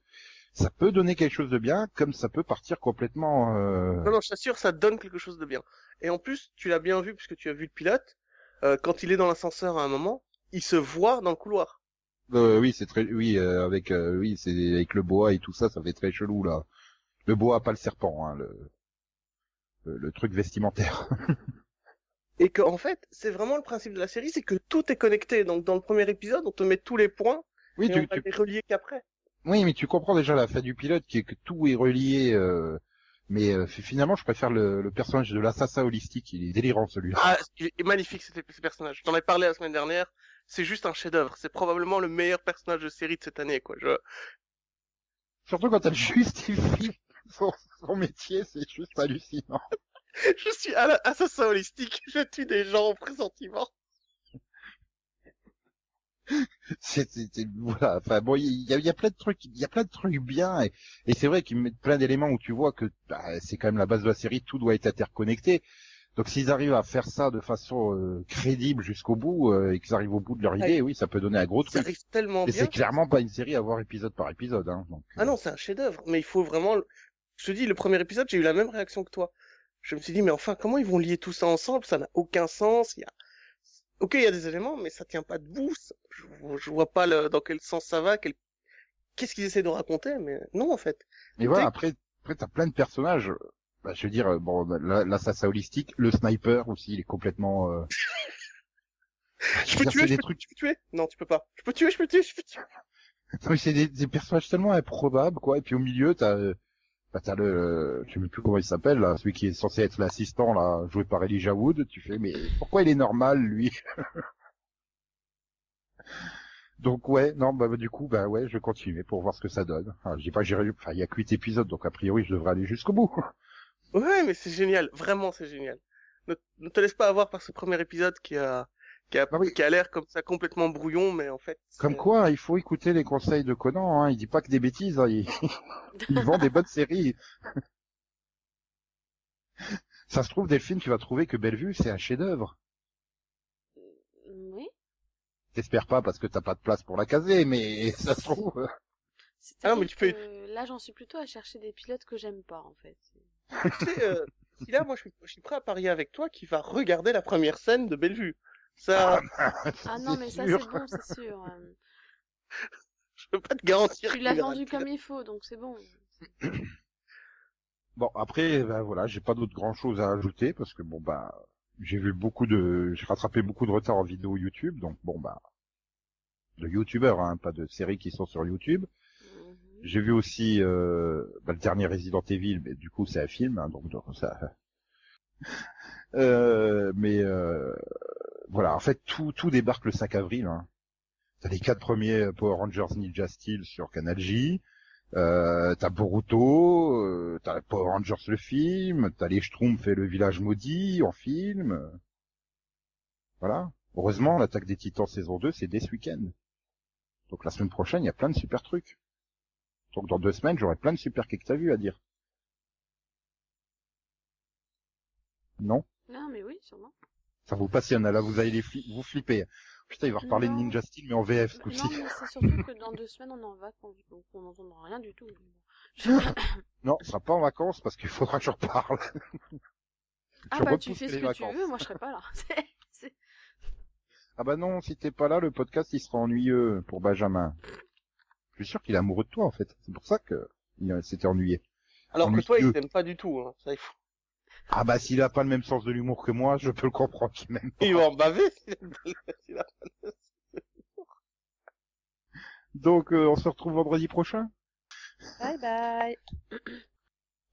[SPEAKER 1] ça peut donner quelque chose de bien, comme ça peut partir complètement. euh,
[SPEAKER 3] Non, non, je t'assure, ça donne quelque chose de bien. Et en plus, tu l'as bien vu, puisque tu as vu le pilote, euh, quand il est dans l'ascenseur à un moment, il se voit dans le couloir.
[SPEAKER 1] Euh, oui, c'est très, oui, euh, avec, euh, oui, c'est avec le bois et tout ça, ça fait très chelou là. Le bois, pas le serpent, hein, le, le, le truc vestimentaire.
[SPEAKER 3] Et que, en fait, c'est vraiment le principe de la série, c'est que tout est connecté. Donc, dans le premier épisode, on te met tous les points,
[SPEAKER 1] Oui,
[SPEAKER 3] et
[SPEAKER 1] tu,
[SPEAKER 3] on va
[SPEAKER 1] tu-
[SPEAKER 3] les relier qu'après.
[SPEAKER 1] oui, mais tu comprends déjà la fin du pilote qui est que tout est relié. euh, Mais euh, finalement, je préfère le, le personnage de l'assassin holistique. Il est délirant celui-là.
[SPEAKER 3] Ah, il est magnifique, ce, ce personnage. J'en ai parlé la semaine dernière. C'est juste un chef-d'œuvre. C'est probablement le meilleur personnage de série de cette année, quoi. Je...
[SPEAKER 1] Surtout quand elle justifie son, son métier, c'est juste hallucinant.
[SPEAKER 3] Je suis à la- assassin holistique. Je tue des gens en pressentiment.
[SPEAKER 1] C'est, c'est- c'est- voilà. Enfin bon, il y a, il y a plein de trucs, il y a plein de trucs bien, et, et c'est vrai qu'ils mettent plein d'éléments où tu vois que bah, c'est quand même la base de la série, tout doit être interconnecté. Donc s'ils arrivent à faire ça de façon euh, crédible jusqu'au bout euh, et qu'ils arrivent au bout de leur idée, oui, ça peut donner un gros
[SPEAKER 3] Ça
[SPEAKER 1] truc.
[SPEAKER 3] arrive tellement
[SPEAKER 1] Et
[SPEAKER 3] bien.
[SPEAKER 1] c'est clairement pas une série à voir épisode par épisode. Hein, donc,
[SPEAKER 3] Ah non, c'est un chef-d'œuvre. Mais il faut vraiment. le- Je te dis, le premier épisode, j'ai eu la même réaction que toi. Je me suis dit, mais enfin, comment ils vont lier tout ça ensemble Ça n'a aucun sens. Il y a... Ok, il y a des éléments, mais ça tient pas debout. ça- Je, je vois pas le- dans quel sens ça va. quel- Qu'est-ce qu'ils essaient de raconter Mais non, en fait.
[SPEAKER 1] Mais voilà, après, après t'as plein de personnages. Bah, je veux dire, euh, bon, la- l'assassin holistique, le sniper aussi, il est complètement. euh,
[SPEAKER 3] Je
[SPEAKER 1] veux
[SPEAKER 3] peux
[SPEAKER 1] dire,
[SPEAKER 3] tuer,
[SPEAKER 1] c'est
[SPEAKER 3] je
[SPEAKER 1] des
[SPEAKER 3] peux,
[SPEAKER 1] trucs-
[SPEAKER 3] je peux tuer. Non, tu peux pas. Je peux tuer, je peux tuer, je peux tuer.
[SPEAKER 1] Non, mais c'est des, des personnages tellement improbables, quoi. Et puis au milieu, t'as, euh, bah, t'as le, je sais même plus comment il s'appelle, là, celui qui est censé être l'assistant, là, joué par Elijah Wood. Tu fais, mais pourquoi il est normal, lui Donc ouais, non, bah, bah, du coup, bah ouais, je vais continuer pour voir ce que ça donne. Enfin, je dis pas, que j'irai, enfin, il y a que huit épisodes, donc a priori, je devrais aller jusqu'au bout.
[SPEAKER 3] Ouais, mais c'est génial. Vraiment, c'est génial. Ne, ne te laisse pas avoir par ce premier épisode qui a, qui a,
[SPEAKER 1] Ah oui.
[SPEAKER 3] qui a l'air comme ça complètement brouillon, mais en fait.
[SPEAKER 1] Comme
[SPEAKER 4] Euh,
[SPEAKER 3] c'est-
[SPEAKER 1] quoi, il faut écouter les conseils de Conan. Hein. Il dit pas que des bêtises. hein. Il... il vend des bonnes séries. Ça se trouve, Delphine, tu vas trouver que Bellevue, c'est un chef-d'œuvre.
[SPEAKER 4] Oui.
[SPEAKER 1] T'espères pas parce que t'as pas de place pour la caser, mais ça se trouve.
[SPEAKER 4] C'est-à-dire
[SPEAKER 3] Ah, mais tu peux-
[SPEAKER 4] que Là, j'en suis plutôt à chercher des pilotes que j'aime pas, en fait.
[SPEAKER 3] Tu sais, euh, si là, moi, je suis, je suis prêt à parier avec toi qu'il va regarder la première scène de Bellevue. Ça,
[SPEAKER 4] Ah non, mais ça, c'est bon, c'est sûr. Euh,
[SPEAKER 3] je peux pas te garantir.
[SPEAKER 4] Tu
[SPEAKER 3] qu'il
[SPEAKER 4] l'as
[SPEAKER 3] verra
[SPEAKER 4] vendu
[SPEAKER 3] le pilote.
[SPEAKER 4] comme il faut, donc c'est bon.
[SPEAKER 1] Bon, après, ben voilà, j'ai pas d'autre grand chose à ajouter parce que bon, bah, j'ai vu beaucoup de, j'ai rattrapé beaucoup de retard en vidéo YouTube, donc bon, bah, de YouTubeurs, hein, pas de séries qui sont sur YouTube.
[SPEAKER 4] Mhm.
[SPEAKER 1] J'ai vu aussi euh, bah, le dernier Resident Evil, mais du coup c'est un film, hein, donc, donc ça. Euh, mais euh, voilà, en fait tout tout débarque le 5 avril. Hein. T'as les quatre premiers Power Rangers Ninja Steel sur Canal J. Euh, t'as Boruto, euh, t'as Power Rangers le film, t'as les Schtroumpfs et le village maudit en film. Voilà. Heureusement, l'attaque des Titans saison 2, c'est dès ce week-end. Donc la semaine prochaine, il y a plein de super trucs. Donc dans deux semaines, j'aurai plein de super que t'as vu à dire. Non
[SPEAKER 4] Non, mais oui, sûrement.
[SPEAKER 1] Ça vous passionne, là vous allez les fli- vous flipper. Putain, il va reparler de
[SPEAKER 4] Non.
[SPEAKER 1] Ninja Steel, mais en VF ce
[SPEAKER 4] Non,
[SPEAKER 1] coup-ci.
[SPEAKER 4] mais c'est surtout que dans deux semaines, on est en vacances, donc on n'entendra rien du tout.
[SPEAKER 1] Non, ce sera pas en vacances parce qu'il faudra que je reparle.
[SPEAKER 4] Ah
[SPEAKER 1] Je
[SPEAKER 4] bah, tu
[SPEAKER 1] repousse
[SPEAKER 4] fais ce
[SPEAKER 1] les
[SPEAKER 4] que
[SPEAKER 1] vacances.
[SPEAKER 4] tu veux, moi, je serai pas là. C'est- c'est-
[SPEAKER 1] Ah bah non, si t'es pas là, le podcast il sera ennuyeux pour Benjamin. Je suis sûr qu'il est amoureux de toi en fait. C'est pour ça que il euh, s'était ennuyé.
[SPEAKER 3] Alors que
[SPEAKER 1] Mon
[SPEAKER 3] toi, il
[SPEAKER 1] Dieu.
[SPEAKER 3] t'aime pas du tout. Hein. Ça, il, faut...
[SPEAKER 1] Ah bah s'il a pas le même sens de l'humour que moi, je peux le comprendre qu'il m'aime pas.
[SPEAKER 3] il va en baver. s'il a-
[SPEAKER 1] Donc euh, on se retrouve vendredi prochain
[SPEAKER 5] Bye bye.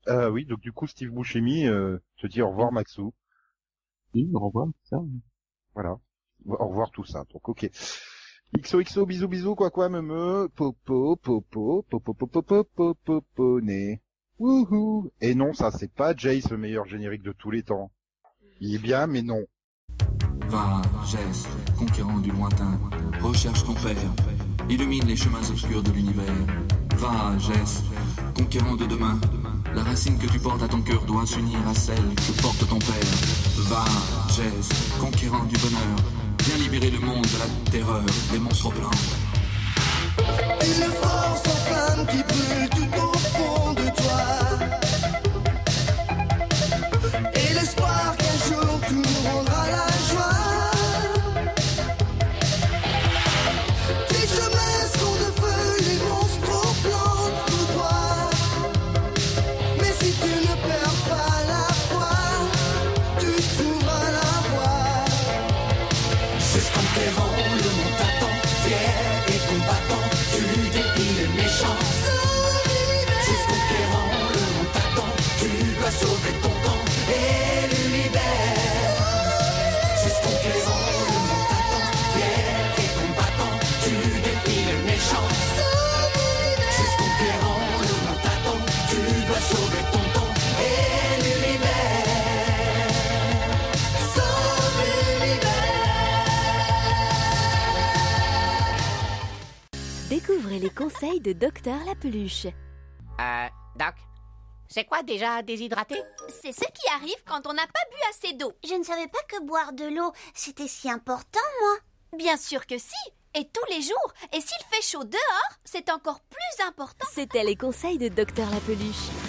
[SPEAKER 1] Euh, oui, donc du coup, Steve Buscemi euh, te dit au revoir, Maxou.
[SPEAKER 2] Oui, au revoir, ça.
[SPEAKER 1] Voilà. Au revoir tout ça. Donc, ok. XOXO, bisous, bisous, quoi, quoi, me me, popo, popo, popo, popo, popo, poponé. Wouhou. Et non, ça, c'est pas Jace, le meilleur générique de tous les temps. Il est bien, mais non.
[SPEAKER 7] Va, geste, conquérant du lointain, recherche ton père, illumine les chemins obscurs de l'univers. Va, geste, conquérant de demain, la racine que tu portes à ton cœur doit s'unir à celle que porte ton père. Va, geste, conquérant du bonheur, viens libérer le monde de la terreur des monstres blancs.
[SPEAKER 8] Une force en flamme qui brûle tout au fond de toi Et l'espoir qu'un jour tout nous rendra la joie Tes chemins
[SPEAKER 9] Découvrez les conseils de Docteur la Peluche.
[SPEAKER 10] Euh, Doc, c'est quoi déjà déshydraté
[SPEAKER 11] C'est ce qui arrive quand on n'a pas bu assez d'eau.
[SPEAKER 12] Je ne savais pas que boire de l'eau, c'était si important, moi.
[SPEAKER 11] Bien sûr que si, et tous les jours. Et s'il fait chaud dehors, c'est encore plus important.
[SPEAKER 9] C'était les conseils de Docteur la Peluche.